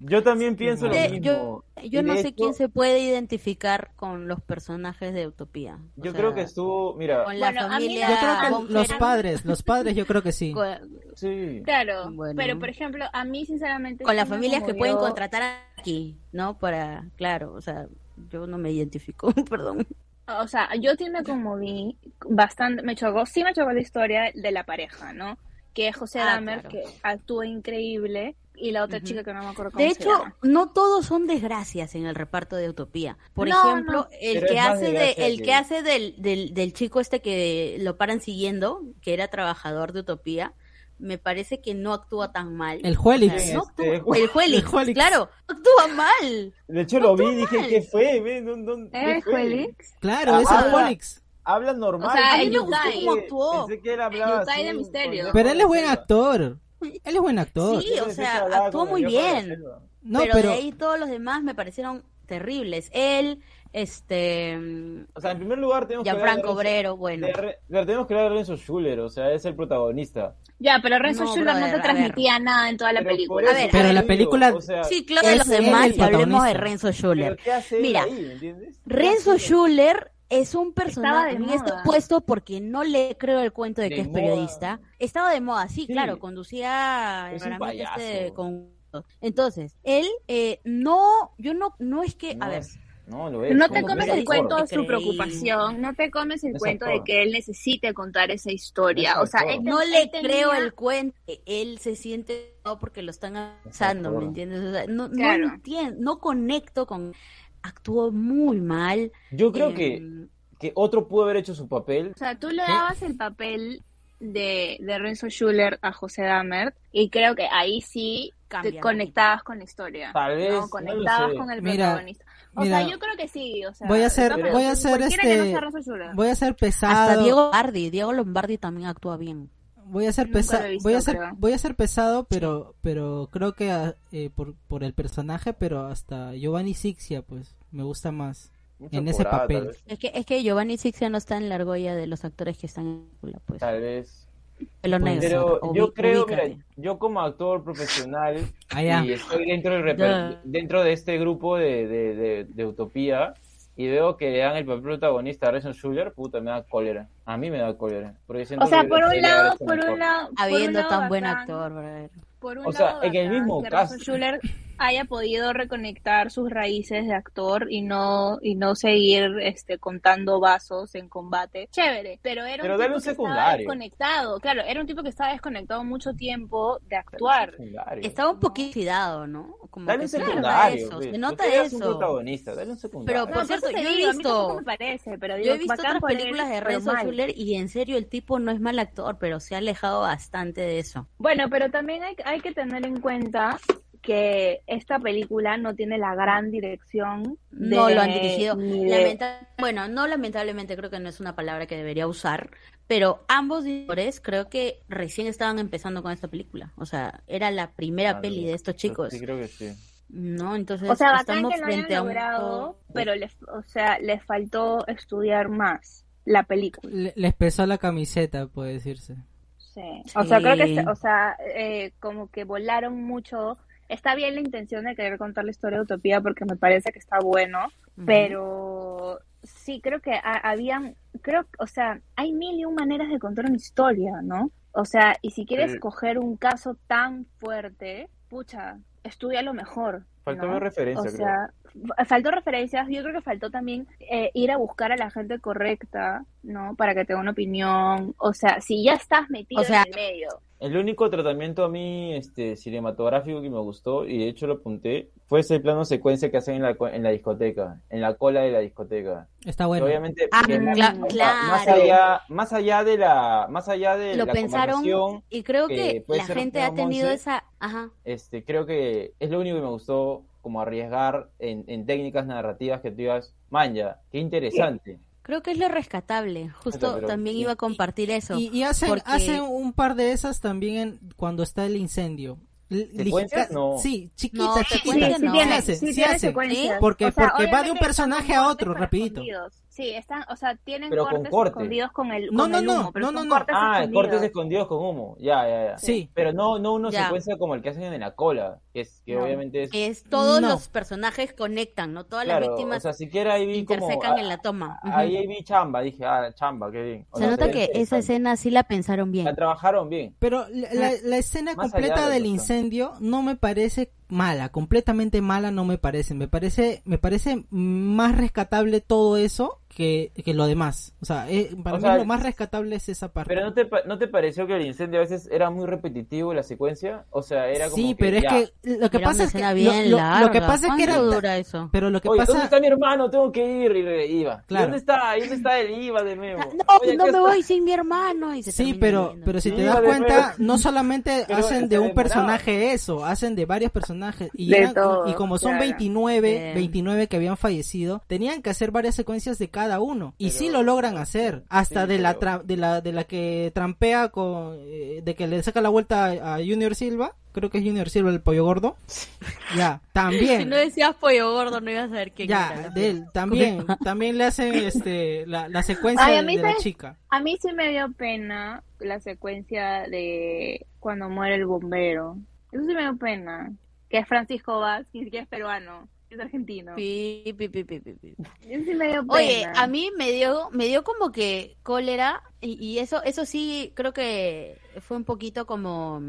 Speaker 2: yo también pienso lo
Speaker 3: De-
Speaker 2: mismo.
Speaker 3: yo
Speaker 2: Y
Speaker 3: yo
Speaker 2: de
Speaker 3: no sé
Speaker 2: hecho,
Speaker 3: quién se puede identificar con los personajes de Utopía. O
Speaker 2: Yo
Speaker 3: sea,
Speaker 2: creo que estuvo, mira,
Speaker 3: Con la
Speaker 4: Bueno, a mí
Speaker 3: familia.
Speaker 4: la-
Speaker 1: Yo creo que
Speaker 4: Con
Speaker 1: los
Speaker 4: Gerardo.
Speaker 1: padres, los padres yo creo que sí.
Speaker 3: con,
Speaker 2: sí.
Speaker 4: claro.
Speaker 3: Bueno.
Speaker 4: Pero, por ejemplo, a mí, sinceramente...
Speaker 3: con
Speaker 4: sí
Speaker 3: las
Speaker 4: me
Speaker 3: familias que pueden
Speaker 4: conmovió.
Speaker 3: contratar aquí, ¿no? Para, claro, o sea, yo no me identifico, perdón.
Speaker 4: O sea, yo sí me conmoví bastante, me chocó, sí me chocó la historia de la pareja, ¿no? Que es José
Speaker 3: Ah,
Speaker 4: Dahmer,
Speaker 3: claro.
Speaker 4: que actúa increíble, y la otra
Speaker 3: Ujú.
Speaker 4: chica que no me acuerdo cómo
Speaker 3: De
Speaker 4: se
Speaker 3: hecho,
Speaker 4: llama.
Speaker 3: no todos son desgracias en el reparto de Utopía. Por
Speaker 4: No,
Speaker 3: ejemplo,
Speaker 4: no.
Speaker 3: el
Speaker 2: Pero
Speaker 3: que
Speaker 2: es más
Speaker 3: hace de,
Speaker 2: desgracia
Speaker 3: el
Speaker 2: que-
Speaker 3: que hace del, del, del chico este que lo paran siguiendo, que era trabajador de Utopía, me parece que no actúa tan mal.
Speaker 1: El Juelix.
Speaker 3: O sea, no
Speaker 2: Este,
Speaker 3: actúa- el Juelix,
Speaker 1: el Juelix.
Speaker 3: claro, actúa mal.
Speaker 2: De hecho, lo vi y
Speaker 3: Actúa
Speaker 2: dije,
Speaker 3: mal.
Speaker 2: ¿qué fue? men? ¿Dó- dó-
Speaker 4: ¿Eh,
Speaker 2: qué fue?
Speaker 4: Félix?
Speaker 1: Claro,
Speaker 2: Ah,
Speaker 1: es el
Speaker 2: ah,
Speaker 1: Juelix.
Speaker 2: Habla normal.
Speaker 4: O sea,
Speaker 2: A mí
Speaker 4: el
Speaker 2: me gustó
Speaker 4: Yukai.
Speaker 2: que-
Speaker 3: actuó.
Speaker 2: Pensé que él hablaba
Speaker 4: El Yukai
Speaker 2: así,
Speaker 4: de Misterio.
Speaker 2: con-
Speaker 1: Pero él es buen
Speaker 2: con-
Speaker 1: actor. Él es buen actor.
Speaker 3: Sí,
Speaker 2: Yo
Speaker 3: o
Speaker 2: pensé
Speaker 3: sea,
Speaker 2: que hablaba
Speaker 3: actuó
Speaker 2: como
Speaker 3: muy
Speaker 2: yo con la
Speaker 3: bien.
Speaker 2: selva.
Speaker 1: No,
Speaker 3: pero,
Speaker 1: pero
Speaker 3: de ahí todos los demás me parecieron terribles. Él, este, mm,
Speaker 2: O sea, en primer lugar tenemos que
Speaker 3: Gianfranco
Speaker 2: hablar de
Speaker 3: Obrero,
Speaker 2: Renzo-
Speaker 3: bueno.
Speaker 2: de Re- pero tenemos que hablar de Renzo Schuller, o sea, es el protagonista.
Speaker 4: Ya, pero Renzo
Speaker 3: No,
Speaker 4: Schuller no
Speaker 3: brother,
Speaker 4: te
Speaker 3: a
Speaker 4: transmitía nada en toda la
Speaker 2: Pero por
Speaker 4: película.
Speaker 2: eso
Speaker 3: A ver,
Speaker 1: Pero
Speaker 2: te
Speaker 1: la
Speaker 2: digo,
Speaker 1: película-
Speaker 2: o sea,
Speaker 3: Sí, claro, de
Speaker 1: Es
Speaker 3: los
Speaker 1: él
Speaker 3: demás,
Speaker 1: el
Speaker 3: y hablemos de
Speaker 1: protagonista.
Speaker 3: Renzo
Speaker 2: ¿pero
Speaker 3: Schuller.
Speaker 2: ¿qué hace él
Speaker 3: Mira,
Speaker 2: ahí, entiendes? ¿Qué
Speaker 3: Renzo
Speaker 2: hace él?
Speaker 3: Schuller es un
Speaker 4: Estaba
Speaker 3: personaje,
Speaker 4: de
Speaker 3: a mí esto
Speaker 4: moda.
Speaker 3: puesto porque no le creo el cuento de,
Speaker 2: De
Speaker 3: que es
Speaker 2: moda.
Speaker 3: periodista. Estaba de moda, sí,
Speaker 2: Sí.
Speaker 3: claro, conducía el
Speaker 2: Es un
Speaker 3: programa este
Speaker 2: payaso.
Speaker 3: de con... Entonces, él eh, no, yo no, no es que, a
Speaker 2: No
Speaker 3: ver,
Speaker 2: es- no, lo es,
Speaker 4: No
Speaker 2: como
Speaker 4: te
Speaker 2: que
Speaker 4: comes
Speaker 2: es
Speaker 4: el
Speaker 2: actor.
Speaker 4: cuento de
Speaker 3: Creí.
Speaker 4: su preocupación, no te comes el
Speaker 2: Es
Speaker 4: cuento de
Speaker 2: actor.
Speaker 4: que él necesite contar esa historia.
Speaker 2: Es
Speaker 4: O sea,
Speaker 2: actor.
Speaker 4: él ten-
Speaker 3: no
Speaker 4: él
Speaker 3: le
Speaker 4: tenía-
Speaker 3: creo el cuento. Él se siente no, porque lo están avanzando,
Speaker 2: Exacto.
Speaker 3: ¿me entiendes? O sea, no, no
Speaker 4: Claro.
Speaker 3: entiendo, no conecto con. Actuó muy mal.
Speaker 2: Yo creo
Speaker 3: eh,
Speaker 2: que, que otro pudo haber hecho su papel.
Speaker 4: O sea, tú le dabas el papel de, de Renzo Schuller a José Damert y creo que ahí sí te
Speaker 3: Cambia.
Speaker 4: conectabas con la historia.
Speaker 2: Tal vez, no
Speaker 4: ¿no?
Speaker 2: lo
Speaker 4: Conectabas
Speaker 2: sé.
Speaker 4: con el
Speaker 1: Mira,
Speaker 4: protagonista. O
Speaker 1: mira,
Speaker 4: sea, yo creo que sí. O sea,
Speaker 1: voy a hacer-
Speaker 4: no,
Speaker 2: voy
Speaker 1: a hacer
Speaker 4: cualquiera que
Speaker 1: este-
Speaker 4: no sea Renzo Schuller.
Speaker 1: Voy a ser pesado.
Speaker 3: Hasta Diego Lombardi, Diego Lombardi también actúa bien.
Speaker 1: Voy a ser
Speaker 4: Nunca
Speaker 1: pesado,
Speaker 4: lo he visto,
Speaker 1: voy a ser,
Speaker 4: creo.
Speaker 1: voy a ser pesado, pero, pero creo que ah, eh, por, por el personaje, pero hasta Giovanni Sixia, pues, me gusta más.
Speaker 2: Mucha
Speaker 1: en ese
Speaker 2: cobrada,
Speaker 1: papel.
Speaker 2: Tal vez.
Speaker 3: Es que, es que Giovanni Sixia no está en la argolla de los actores que están en la película, pues.
Speaker 2: Tal vez.
Speaker 3: Pelo
Speaker 1: Puede
Speaker 3: negro.
Speaker 1: ser.
Speaker 2: Pero
Speaker 3: Ubi-
Speaker 2: yo creo, mira,
Speaker 3: ubícate.
Speaker 2: yo como actor profesional
Speaker 1: Ah, ya.
Speaker 2: y estoy dentro del reper-
Speaker 3: Ya.
Speaker 2: dentro de este grupo de, de, de, de Utopía y veo que le dan el papel protagonista a Reason Schuller, puta, me da cólera. A mí me da cólera. Porque siento
Speaker 4: O sea,
Speaker 2: que
Speaker 4: por
Speaker 2: la
Speaker 4: un
Speaker 2: serie debe haber
Speaker 4: lado,
Speaker 2: hecho
Speaker 4: por
Speaker 2: este mejor.
Speaker 4: un lado. por un
Speaker 3: Habiendo
Speaker 4: lado
Speaker 3: tan buen
Speaker 4: bacán,
Speaker 3: actor, brother.
Speaker 4: Por un
Speaker 2: O sea,
Speaker 4: lado,
Speaker 2: en el
Speaker 4: bacán
Speaker 2: mismo
Speaker 4: que
Speaker 2: caso.
Speaker 4: Renzo Schuller haya podido reconectar sus raíces de actor y no y no seguir este contando vasos en combate. Chévere, pero era
Speaker 2: Pero
Speaker 4: un
Speaker 2: dale
Speaker 4: tipo
Speaker 2: un
Speaker 4: que estaba
Speaker 2: secundario.
Speaker 4: desconectado, claro, era un tipo que estaba desconectado mucho tiempo de actuar.
Speaker 2: Secundario.
Speaker 3: Estaba un poquito oxidado, ¿no? Como
Speaker 2: Dale
Speaker 3: que
Speaker 2: un
Speaker 3: se nota
Speaker 2: secundario.
Speaker 3: eso,
Speaker 2: pues.
Speaker 3: Se
Speaker 2: No
Speaker 3: nota
Speaker 2: te veas un
Speaker 3: eso.
Speaker 2: protagonista, dale un secundario.
Speaker 3: Pero por
Speaker 4: No,
Speaker 3: cierto,
Speaker 4: eso te
Speaker 3: yo he
Speaker 4: digo, a mí
Speaker 3: visto-
Speaker 4: tampoco me parece, pero
Speaker 3: Yo
Speaker 4: digo,
Speaker 3: he visto
Speaker 4: bacán
Speaker 3: otras
Speaker 4: por él,
Speaker 3: películas de
Speaker 4: pero
Speaker 3: Renzo
Speaker 4: mal.
Speaker 3: Schuller y en serio el tipo no es mal actor, pero se ha alejado bastante de eso.
Speaker 4: Bueno, pero también hay, hay que tener en cuenta que esta película no tiene la gran dirección. de-
Speaker 3: No lo han dirigido.
Speaker 4: ni de-
Speaker 3: Lamenta- Bueno, no lamentablemente creo que no es una palabra que debería usar, pero ambos directores creo que recién estaban empezando con esta película. O sea, era la primera
Speaker 2: Ah,
Speaker 3: peli de estos chicos,
Speaker 2: Sí, creo que sí.
Speaker 3: ¿no? Entonces
Speaker 4: O sea, bacán
Speaker 3: estamos
Speaker 4: que lo hayan
Speaker 3: frente a un...
Speaker 4: logrado, pero les, o sea, les faltó estudiar más la película.
Speaker 1: Le- les pesó la camiseta, puede decirse.
Speaker 4: Sí. O sea, creo que, se- o sea, eh, como que volaron mucho. Está bien la intención de querer contar la historia de Utopía porque me parece que está bueno,
Speaker 3: Ujú.
Speaker 4: pero sí creo que ha- habían, creo, o sea, hay mil y un maneras de contar una historia, ¿no? O sea, y si quieres
Speaker 2: Sí.
Speaker 4: coger un caso tan fuerte, pucha, estudia lo mejor.
Speaker 2: Faltó
Speaker 4: ¿no?
Speaker 2: ver referencia,
Speaker 4: O
Speaker 2: creo.
Speaker 4: sea, f- faltó referencias, yo creo que faltó también eh, ir a buscar a la gente correcta, ¿no? Para que te dé una opinión. O sea, si ya estás metido
Speaker 3: O sea-
Speaker 4: en el medio.
Speaker 2: El único tratamiento a mí este, cinematográfico que me gustó, y de hecho lo apunté, fue ese plano secuencia que hacen en la, co- en la discoteca, en la cola de la discoteca.
Speaker 1: Está
Speaker 2: Que
Speaker 1: bueno.
Speaker 2: Obviamente,
Speaker 3: Ah,
Speaker 2: que la-
Speaker 3: cla-
Speaker 2: o sea,
Speaker 3: claro.
Speaker 2: más, allá, más allá de la, más allá de
Speaker 3: Lo
Speaker 2: la
Speaker 3: pensaron
Speaker 2: conversación,
Speaker 3: y creo
Speaker 2: que
Speaker 3: que
Speaker 2: puede
Speaker 3: la
Speaker 2: ser
Speaker 3: gente
Speaker 2: Teo
Speaker 3: ha tenido
Speaker 2: Monse.
Speaker 3: esa... Ajá.
Speaker 2: este, creo que es lo único que me gustó, como arriesgar en, en técnicas narrativas que tú digas, manja, qué interesante.
Speaker 3: Creo que es lo rescatable. Justo
Speaker 2: pero-
Speaker 3: también
Speaker 2: y-
Speaker 3: iba a compartir eso.
Speaker 1: Y, y hacen,
Speaker 3: porque-
Speaker 1: hacen un par de esas también en- cuando está el incendio. L-
Speaker 2: ¿Secuencias?
Speaker 1: ligita-
Speaker 2: No.
Speaker 1: Sí,
Speaker 3: No,
Speaker 1: chiquitas,
Speaker 3: secuencias
Speaker 1: chiquitas.
Speaker 3: no.
Speaker 1: Sí
Speaker 4: tiene-
Speaker 1: hacen, sí
Speaker 4: tiene
Speaker 1: hacen.
Speaker 4: secuencias.
Speaker 1: Porque-
Speaker 4: O sea,
Speaker 1: porque va de un
Speaker 4: obviamente
Speaker 1: personaje
Speaker 4: están
Speaker 1: a otro,
Speaker 4: cortes
Speaker 1: rapidito.
Speaker 4: escondidos. Sí, están, o sea, tienen
Speaker 2: Pero con
Speaker 4: cortes
Speaker 2: corte.
Speaker 4: escondidos con el
Speaker 1: No,
Speaker 4: con
Speaker 1: no,
Speaker 4: el
Speaker 1: no,
Speaker 4: humo, pero
Speaker 1: no, no,
Speaker 4: son
Speaker 1: no.
Speaker 4: cortes
Speaker 2: Ah,
Speaker 4: escondidos.
Speaker 2: cortes escondidos con humo. Ya, ya, ya.
Speaker 1: Sí.
Speaker 2: Pero no, no una
Speaker 3: Ya. Eh,
Speaker 2: secuencia como el que hacen en la cola, que, es, que
Speaker 4: No.
Speaker 2: obviamente es...
Speaker 3: Es todos
Speaker 1: No.
Speaker 3: los personajes conectan, ¿no? Todas las
Speaker 2: Claro,
Speaker 3: víctimas
Speaker 2: o sea, siquiera ahí vi como...
Speaker 3: intersecan
Speaker 2: ah,
Speaker 3: en la toma. Ujú.
Speaker 2: Ahí vi chamba, dije, ah, chamba, qué bien. O
Speaker 3: Se
Speaker 2: sea,
Speaker 3: nota
Speaker 2: ve
Speaker 3: que esa
Speaker 2: interesante.
Speaker 3: escena sí la pensaron bien.
Speaker 2: La trabajaron bien.
Speaker 1: Pero la, la- la escena
Speaker 2: Más allá
Speaker 1: completa
Speaker 2: de
Speaker 1: del
Speaker 2: eso.
Speaker 1: incendio no me parece mala, completamente mala no me parece. Me parece, me parece más rescatable todo eso que, que lo demás. O sea, eh, para
Speaker 2: O
Speaker 1: mí
Speaker 2: sea,
Speaker 1: lo más rescatable es esa parte.
Speaker 2: Pero ¿no te, pa- ¿no te pareció que el incendio a veces era muy repetitivo la secuencia? O sea, era como
Speaker 1: sí,
Speaker 2: que,
Speaker 1: pero es
Speaker 2: ya.
Speaker 1: que lo que
Speaker 3: Era
Speaker 1: pasa
Speaker 3: una
Speaker 1: es que
Speaker 3: escena
Speaker 1: lo-
Speaker 3: bien
Speaker 1: lo, lo
Speaker 3: larga.
Speaker 1: que pasa es que era
Speaker 3: ¿Cuánto dura eso?
Speaker 1: pero lo que
Speaker 2: Oye,
Speaker 1: pasa
Speaker 2: ¿dónde está mi hermano? Tengo que ir. Y re- iba.
Speaker 1: Claro.
Speaker 2: ¿Dónde está? ¿Ahí ¿Dónde está el IVA de nuevo?
Speaker 3: Ah, No,
Speaker 2: Oye,
Speaker 3: no
Speaker 2: ¿qué
Speaker 3: me
Speaker 2: está?
Speaker 3: voy sin mi hermano. y se
Speaker 1: Sí,
Speaker 3: termina
Speaker 1: pero,
Speaker 3: yendo.
Speaker 1: pero si te
Speaker 2: Sí,
Speaker 1: das
Speaker 2: vale,
Speaker 1: cuenta,
Speaker 2: pero-
Speaker 1: no solamente
Speaker 2: pero
Speaker 1: hacen
Speaker 2: se
Speaker 1: de un
Speaker 2: demoraba.
Speaker 1: personaje eso, hacen de varios personajes. Y,
Speaker 4: De
Speaker 1: eran- y-
Speaker 4: todo,
Speaker 1: y como son
Speaker 4: claro.
Speaker 1: 29,
Speaker 3: Eh.
Speaker 1: 29 que habían fallecido, tenían que hacer varias secuencias de cada uno. Y
Speaker 2: Pero-
Speaker 1: sí lo logran hacer. Hasta
Speaker 2: Sí,
Speaker 1: de, la
Speaker 2: pero-
Speaker 1: tra- de, la, de la que trampea con... eh, de que le saca la vuelta a, a Junior Silva. Creo que es Junior Silva el pollo gordo. Ya, también.
Speaker 3: Si no decías pollo gordo, no ibas a saber quién
Speaker 1: ya,
Speaker 3: era.
Speaker 1: de él, también. También le hacen este, la, la secuencia
Speaker 4: Ay, a
Speaker 1: de-
Speaker 4: mí
Speaker 1: de la
Speaker 4: sabes-
Speaker 1: chica.
Speaker 4: A mí sí me dio pena la secuencia de cuando muere el bombero. Eso sí me dio pena. Que es Francisco Vaz, que ni siquiera es peruano, es argentino.
Speaker 3: Pi, pi, pi, pi, pi, pi.
Speaker 4: Eso sí me dio pena.
Speaker 3: Oye, a mí me dio, me dio como que cólera y, y eso, eso sí creo que fue un poquito como,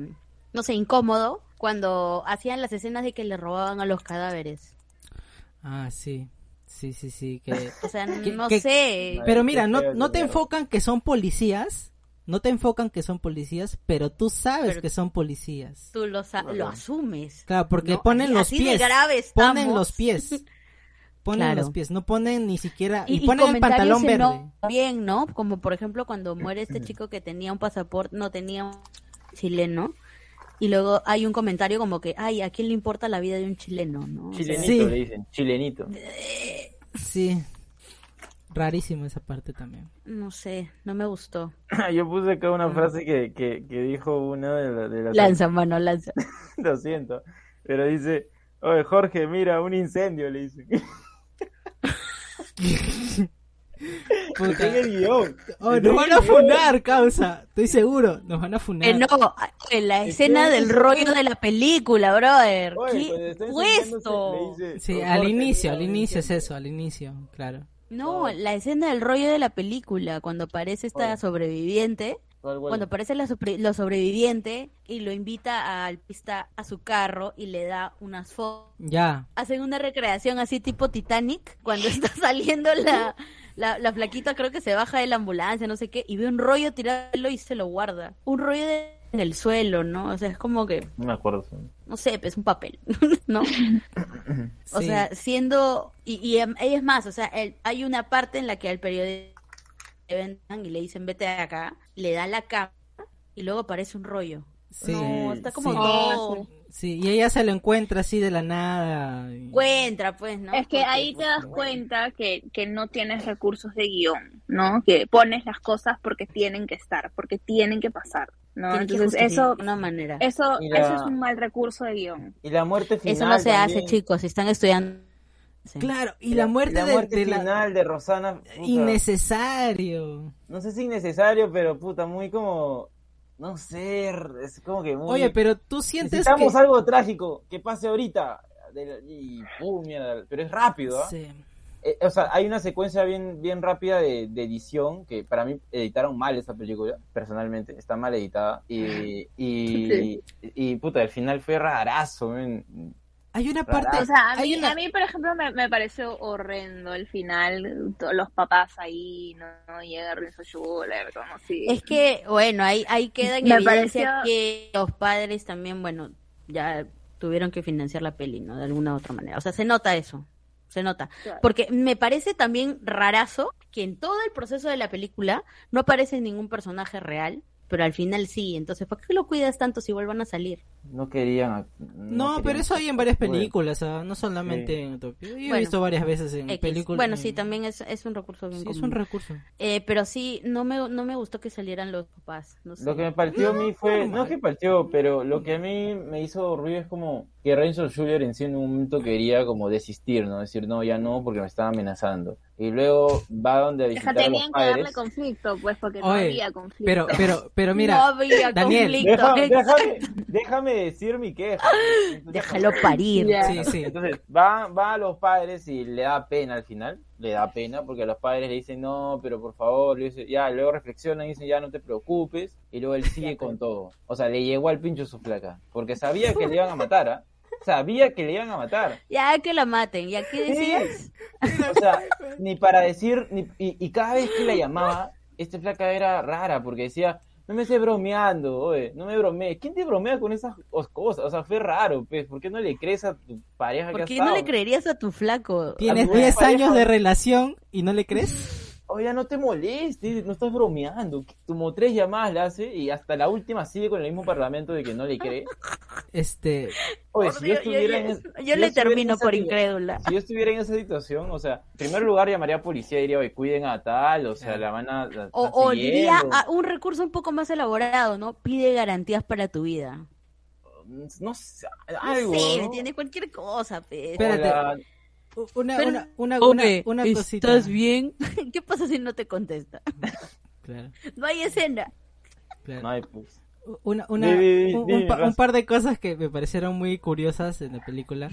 Speaker 3: no sé, incómodo cuando hacían las escenas de que le robaban a los cadáveres.
Speaker 1: Ah, sí. Sí, sí, sí. Que...
Speaker 3: O sea,
Speaker 1: ¿Qué-
Speaker 3: no
Speaker 1: qué-
Speaker 3: sé.
Speaker 1: Pero
Speaker 2: Ay,
Speaker 1: mira,
Speaker 2: qué
Speaker 1: no,
Speaker 2: feo,
Speaker 1: no
Speaker 2: qué
Speaker 1: te
Speaker 2: mierda.
Speaker 1: enfocan que son policías, no te enfocan que son policías, pero tú sabes
Speaker 3: Pero-
Speaker 1: que son policías.
Speaker 3: Tú lo, sa-
Speaker 2: Claro.
Speaker 3: lo asumes.
Speaker 1: Claro, porque
Speaker 3: No,
Speaker 1: ponen
Speaker 3: así-
Speaker 1: los
Speaker 3: así de
Speaker 1: pies.
Speaker 3: grave
Speaker 1: Ponen
Speaker 3: estamos.
Speaker 1: los pies. ponen
Speaker 3: Claro.
Speaker 1: los pies, no ponen ni siquiera... Y,
Speaker 3: y, y
Speaker 1: ponen el
Speaker 3: comentarios
Speaker 1: pantalón
Speaker 3: en
Speaker 1: verde.
Speaker 3: no bien, ¿no? Como por ejemplo cuando muere este chico que tenía un pasaporte, no tenía un chileno, y luego hay un comentario como que, ay, ¿a quién le importa la vida de un chileno, no? O sea,
Speaker 2: Chilenito
Speaker 1: Sí.
Speaker 2: le dicen, chilenito.
Speaker 1: Sí. Rarísimo esa parte también.
Speaker 3: no sé, no me gustó.
Speaker 2: Yo puse acá una frase que, que, que dijo una de, la- de las...
Speaker 3: Lanza, mano, lanza.
Speaker 2: Lo siento. Pero dice, oye, Jorge, mira, un incendio, le dice. Está en el guión.
Speaker 1: Oh,
Speaker 2: Está
Speaker 1: nos
Speaker 2: en
Speaker 1: van
Speaker 2: el
Speaker 1: a
Speaker 2: guión.
Speaker 1: funar, causa. Estoy seguro, nos van a funar.
Speaker 3: Eh, no, en la escena del rollo de la película, brother.
Speaker 2: Oye, pues, cuando
Speaker 3: ¿Qué
Speaker 2: está
Speaker 3: puesto?
Speaker 2: encendiéndose, le dice,
Speaker 1: Sí,
Speaker 2: "Oye,
Speaker 1: al
Speaker 2: Jorge,
Speaker 1: inicio,
Speaker 2: mira,
Speaker 1: al
Speaker 2: un
Speaker 1: inicio es
Speaker 2: incendio".
Speaker 1: eso, al inicio, claro.
Speaker 3: No, la escena del rollo de la película, cuando aparece esta
Speaker 2: Oye.
Speaker 3: sobreviviente,
Speaker 2: Tal cual.
Speaker 3: cuando aparece la, sobre- lo sobreviviente y lo invita al pista a su carro y le da unas fotos.
Speaker 1: Ya.
Speaker 3: Hacen una recreación así tipo Titanic, cuando está saliendo la, la, la flaquita, creo que se baja de la ambulancia, no sé qué, y ve un rollo tirarlo y se lo guarda. Un rollo de- en el suelo, ¿no? O sea, es como que
Speaker 2: No me acuerdo.
Speaker 3: no sé, es un papel, ¿no? O
Speaker 1: sí.
Speaker 3: sea, siendo, y, y, em, y es más, o sea, el- hay una parte en la que al periodista le vendan y le dicen, vete de acá, le da la cámara y luego aparece un rollo.
Speaker 1: Sí,
Speaker 3: no, está como
Speaker 1: sí. Oh.
Speaker 3: todo.
Speaker 4: Ah,
Speaker 1: Sí, y ella se lo encuentra así de la nada. y-
Speaker 3: Encuentra, pues, ¿no?
Speaker 4: Es que
Speaker 3: Porque,
Speaker 4: ahí te
Speaker 3: pues,
Speaker 4: das
Speaker 3: bueno.
Speaker 4: cuenta que, que no tienes recursos de guión, ¿no? Que pones las cosas porque tienen que estar, porque tienen que pasar, ¿no?
Speaker 3: Tienes que
Speaker 4: Entonces
Speaker 3: justificar
Speaker 4: eso,
Speaker 3: de una manera.
Speaker 4: eso,
Speaker 2: Y la-
Speaker 4: eso es un mal recurso de guión.
Speaker 2: Y la muerte final.
Speaker 3: Eso no se hace,
Speaker 2: también.
Speaker 3: chicos, si están estudiando. Sí.
Speaker 1: Claro, y la muerte,
Speaker 2: la
Speaker 1: de-
Speaker 2: muerte
Speaker 1: de, la...
Speaker 2: final de Rosana. puta,
Speaker 1: Innecesario.
Speaker 2: No sé si innecesario, pero puta, muy como. No sé, es como que muy.
Speaker 1: Oye, pero tú sientes que...
Speaker 2: Necesitamos algo trágico que pase ahorita. De- Y pum, mierda. Pero es rápido, ¿ah?
Speaker 1: Sí.
Speaker 2: Eh, o sea, hay una secuencia bien, bien rápida de, de edición que para mí editaron mal esa película, personalmente, está mal editada. Y, y,
Speaker 4: Sí.
Speaker 2: y, puta, el final fue rarazo. men.
Speaker 1: Hay una parte...
Speaker 4: O sea, a
Speaker 1: hay
Speaker 4: mí,
Speaker 1: una-
Speaker 4: a mí, por ejemplo, me, me pareció horrendo el final, to- los papás ahí, no, no llega Renzo Schuller, como si...
Speaker 3: Es que, bueno, ahí, ahí queda en
Speaker 4: Me
Speaker 3: evidencia
Speaker 4: pareció-
Speaker 3: que los padres también, bueno, ya tuvieron que financiar la peli, ¿no? De alguna u otra manera. O sea, se nota eso. Se nota.
Speaker 4: Claro.
Speaker 3: Porque me parece también rarazo que en todo el proceso de la película no aparece ningún personaje real, pero al final sí. Entonces, ¿para qué lo cuidas tanto si vuelvan a salir?
Speaker 2: No querían.
Speaker 1: No,
Speaker 2: querían-
Speaker 1: pero eso hay en varias películas, ah, no solamente
Speaker 2: Sí.
Speaker 1: en Utopía. Yo he
Speaker 3: Bueno,
Speaker 1: visto varias veces en
Speaker 3: X.
Speaker 1: películas.
Speaker 3: Bueno,
Speaker 1: en-
Speaker 3: sí, también es, es un recurso bien
Speaker 1: Sí, es
Speaker 3: común.
Speaker 1: un recurso.
Speaker 3: Eh, pero sí, no me, no me gustó que salieran los papás. No sé.
Speaker 2: Lo que me partió a mí fue,
Speaker 1: normal.
Speaker 2: no es que partió, pero lo que a mí me hizo ruido es como que Renzo Jr. en sí en un momento quería como desistir, ¿no? Decir, no, ya no, porque me estaba amenazando. Y luego va donde a
Speaker 4: O sea,
Speaker 2: visitar a los
Speaker 4: tenían que darle
Speaker 2: padres.
Speaker 4: conflicto, pues, porque no
Speaker 1: Oye,
Speaker 4: había conflicto.
Speaker 1: Pero, pero, pero
Speaker 3: no
Speaker 1: mira,
Speaker 3: había
Speaker 1: Daniel,
Speaker 3: conflicto.
Speaker 2: Deja- déjame, déjame decir mi queja. Entonces,
Speaker 3: Déjalo parir.
Speaker 4: Ya.
Speaker 1: sí, sí.
Speaker 2: Entonces, va, va a los padres y le da pena al final, le da pena porque a los padres le dicen, no, pero por favor, le dice, ya, luego reflexionan y dicen, ya no te preocupes, y luego él sigue con todo. O sea, le llegó al pincho su flaca, porque sabía que le iban a matar, ¿ah? Sabía que le iban a matar.
Speaker 3: Ya que la maten, ya que decís.
Speaker 2: O sea, ni para decir, ni- y, y cada vez que la llamaba, este flaca era rara porque decía, no me estés bromeando, oye, no me bromees. ¿Quién te bromea con esas os- cosas? O sea, fue raro, pues, ¿por qué no le crees a tu pareja que
Speaker 3: ¿Por
Speaker 2: has
Speaker 3: qué no le
Speaker 2: estado?
Speaker 3: creerías a tu flaco?
Speaker 1: Tienes
Speaker 2: Alguna
Speaker 1: 10 años de
Speaker 2: pareja-
Speaker 1: relación y no le crees.
Speaker 2: Oye, no te molestes, no estás bromeando. Como tres llamadas le hace y hasta la última sigue con el mismo parlamento de que no le cree.
Speaker 1: Este,
Speaker 2: Oye,
Speaker 3: Por
Speaker 2: si yo
Speaker 3: Dios, yo,
Speaker 2: estuviera en
Speaker 3: yo-
Speaker 2: es- si
Speaker 3: yo
Speaker 2: yo estuviera
Speaker 3: le
Speaker 2: en
Speaker 3: termino
Speaker 2: esa
Speaker 3: por
Speaker 2: situ-
Speaker 3: incrédula.
Speaker 2: Si yo estuviera en esa situación, o sea, en primer lugar llamaría a policía y diría, oye, cuiden a tal, o sea, la van a... la
Speaker 3: O,
Speaker 2: están
Speaker 3: o diría
Speaker 2: siguiendo.
Speaker 3: a un recurso un poco más elaborado, ¿no? Pide garantías para tu vida.
Speaker 2: No sé,
Speaker 3: No
Speaker 2: algo.
Speaker 3: sé,
Speaker 2: ¿no?
Speaker 3: ¿me entiendes? Cualquier cosa, pues. pe.
Speaker 1: Pero- Espérate.
Speaker 2: Hola,
Speaker 1: u- una,
Speaker 3: Pero-
Speaker 1: una, una, una,
Speaker 3: Oye,
Speaker 1: una cosita.
Speaker 3: ¿Estás bien? ¿Qué pasa si no te contesta?
Speaker 1: Claro,
Speaker 3: No hay escena.
Speaker 1: claro.
Speaker 2: no hay, pues.
Speaker 1: una, una-
Speaker 2: Di, di, di,
Speaker 1: un,
Speaker 2: di,
Speaker 1: un pa-
Speaker 2: Raz.
Speaker 1: un par de cosas que me parecieron muy curiosas en la película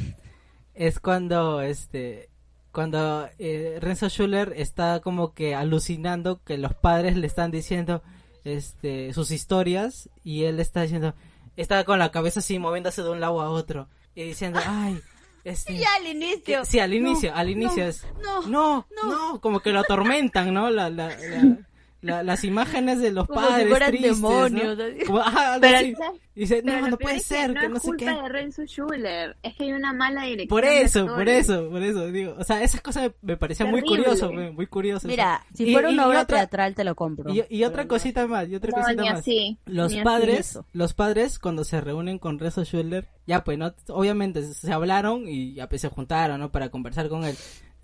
Speaker 1: es cuando este cuando eh, Renzo Schuller está como que alucinando que los padres le están diciendo este sus historias y él está diciendo está con la cabeza así moviéndose de un lado a otro y diciendo ay este
Speaker 3: Ah. Ya al inicio.
Speaker 1: sí al inicio al inicio
Speaker 3: no,
Speaker 1: es
Speaker 3: No,
Speaker 1: no, no, como que lo atormentan, ¿no? La, la, la, la- las imágenes de los
Speaker 3: Como si
Speaker 1: padres
Speaker 3: fueran
Speaker 1: tristes, ¿no?
Speaker 3: demonios, así.
Speaker 1: Como, ah, algo
Speaker 4: Pero,
Speaker 1: así.
Speaker 4: ¿sabes?
Speaker 1: Y dice,
Speaker 4: Pero
Speaker 1: no,
Speaker 4: lo
Speaker 1: no
Speaker 4: peor
Speaker 1: puede
Speaker 4: es
Speaker 1: ser, que, no
Speaker 4: es
Speaker 1: sé
Speaker 4: culpa
Speaker 1: qué.
Speaker 4: de Renzo Schuller, es que hay una mala dirección.
Speaker 1: Por
Speaker 4: de
Speaker 1: eso, por
Speaker 4: actores.
Speaker 1: eso, por eso, digo, o sea, esas cosas me, me parecían muy
Speaker 4: Terrible.
Speaker 1: curioso, me- muy curioso.
Speaker 3: Mira,
Speaker 1: Y-
Speaker 3: si fuera
Speaker 1: y
Speaker 3: una obra
Speaker 1: otra-
Speaker 3: teatral te lo compro.
Speaker 1: Y, y otra cosita más, y otra
Speaker 4: No,
Speaker 1: cosita
Speaker 4: ni
Speaker 1: más.
Speaker 4: así,
Speaker 1: Los
Speaker 4: ni así.
Speaker 1: padres,
Speaker 3: eso.
Speaker 1: los padres cuando se reúnen con Rezo Schuller, ya pues no, obviamente se hablaron y ya pues, se juntaron, ¿no? Para conversar con él.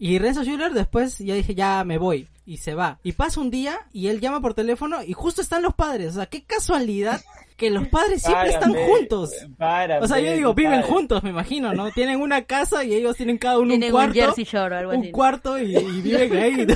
Speaker 1: Y Renzo Schuller después ya dije, ya me voy. Y se va. Y pasa un día y él llama por teléfono y justo están los padres. O sea, qué casualidad que los padres siempre están
Speaker 2: Párame,
Speaker 1: juntos.
Speaker 2: párame,
Speaker 1: O sea, yo digo, viven
Speaker 2: párame.
Speaker 1: juntos, me imagino, ¿no? Tienen una casa y ellos tienen cada uno un
Speaker 3: Tienen
Speaker 1: cuarto.
Speaker 3: un Jersey Shore o algo
Speaker 1: un
Speaker 3: así.
Speaker 1: cuarto y, y viven ahí.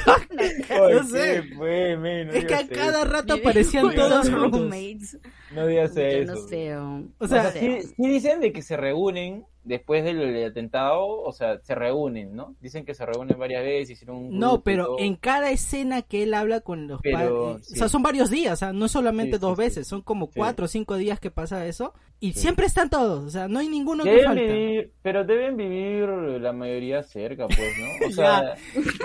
Speaker 2: Ay,
Speaker 1: no sé.
Speaker 2: qué fue, men, no
Speaker 1: Es que
Speaker 2: digas
Speaker 1: a cada
Speaker 2: eso.
Speaker 1: rato
Speaker 3: Viven
Speaker 1: aparecían
Speaker 3: con
Speaker 1: todos
Speaker 3: dos
Speaker 1: juntos.
Speaker 3: roommates.
Speaker 2: No digas
Speaker 3: Yo
Speaker 2: eso.
Speaker 3: no sé. O,
Speaker 1: O
Speaker 2: O
Speaker 1: sea,
Speaker 2: sea,
Speaker 3: no sé.
Speaker 2: sí, sí dicen de que se reúnen después del, del atentado, o sea, se reúnen, ¿no? Dicen que se reúnen varias veces, hicieron un grupo
Speaker 1: No,
Speaker 2: y
Speaker 1: pero
Speaker 2: todo.
Speaker 1: en cada escena que él habla con los
Speaker 2: Pero,
Speaker 1: padres,
Speaker 2: sí.
Speaker 1: o sea, son varios días, o sea, no solamente
Speaker 2: Sí, sí,
Speaker 1: dos
Speaker 2: sí.
Speaker 1: veces, son como
Speaker 2: Sí.
Speaker 1: cuatro o cinco días que pasa eso, y
Speaker 2: Sí.
Speaker 1: siempre están todos, o sea, no hay ninguno que
Speaker 2: Deben
Speaker 1: falta.
Speaker 2: vivir, pero deben vivir la mayoría cerca, pues, ¿no? O sea,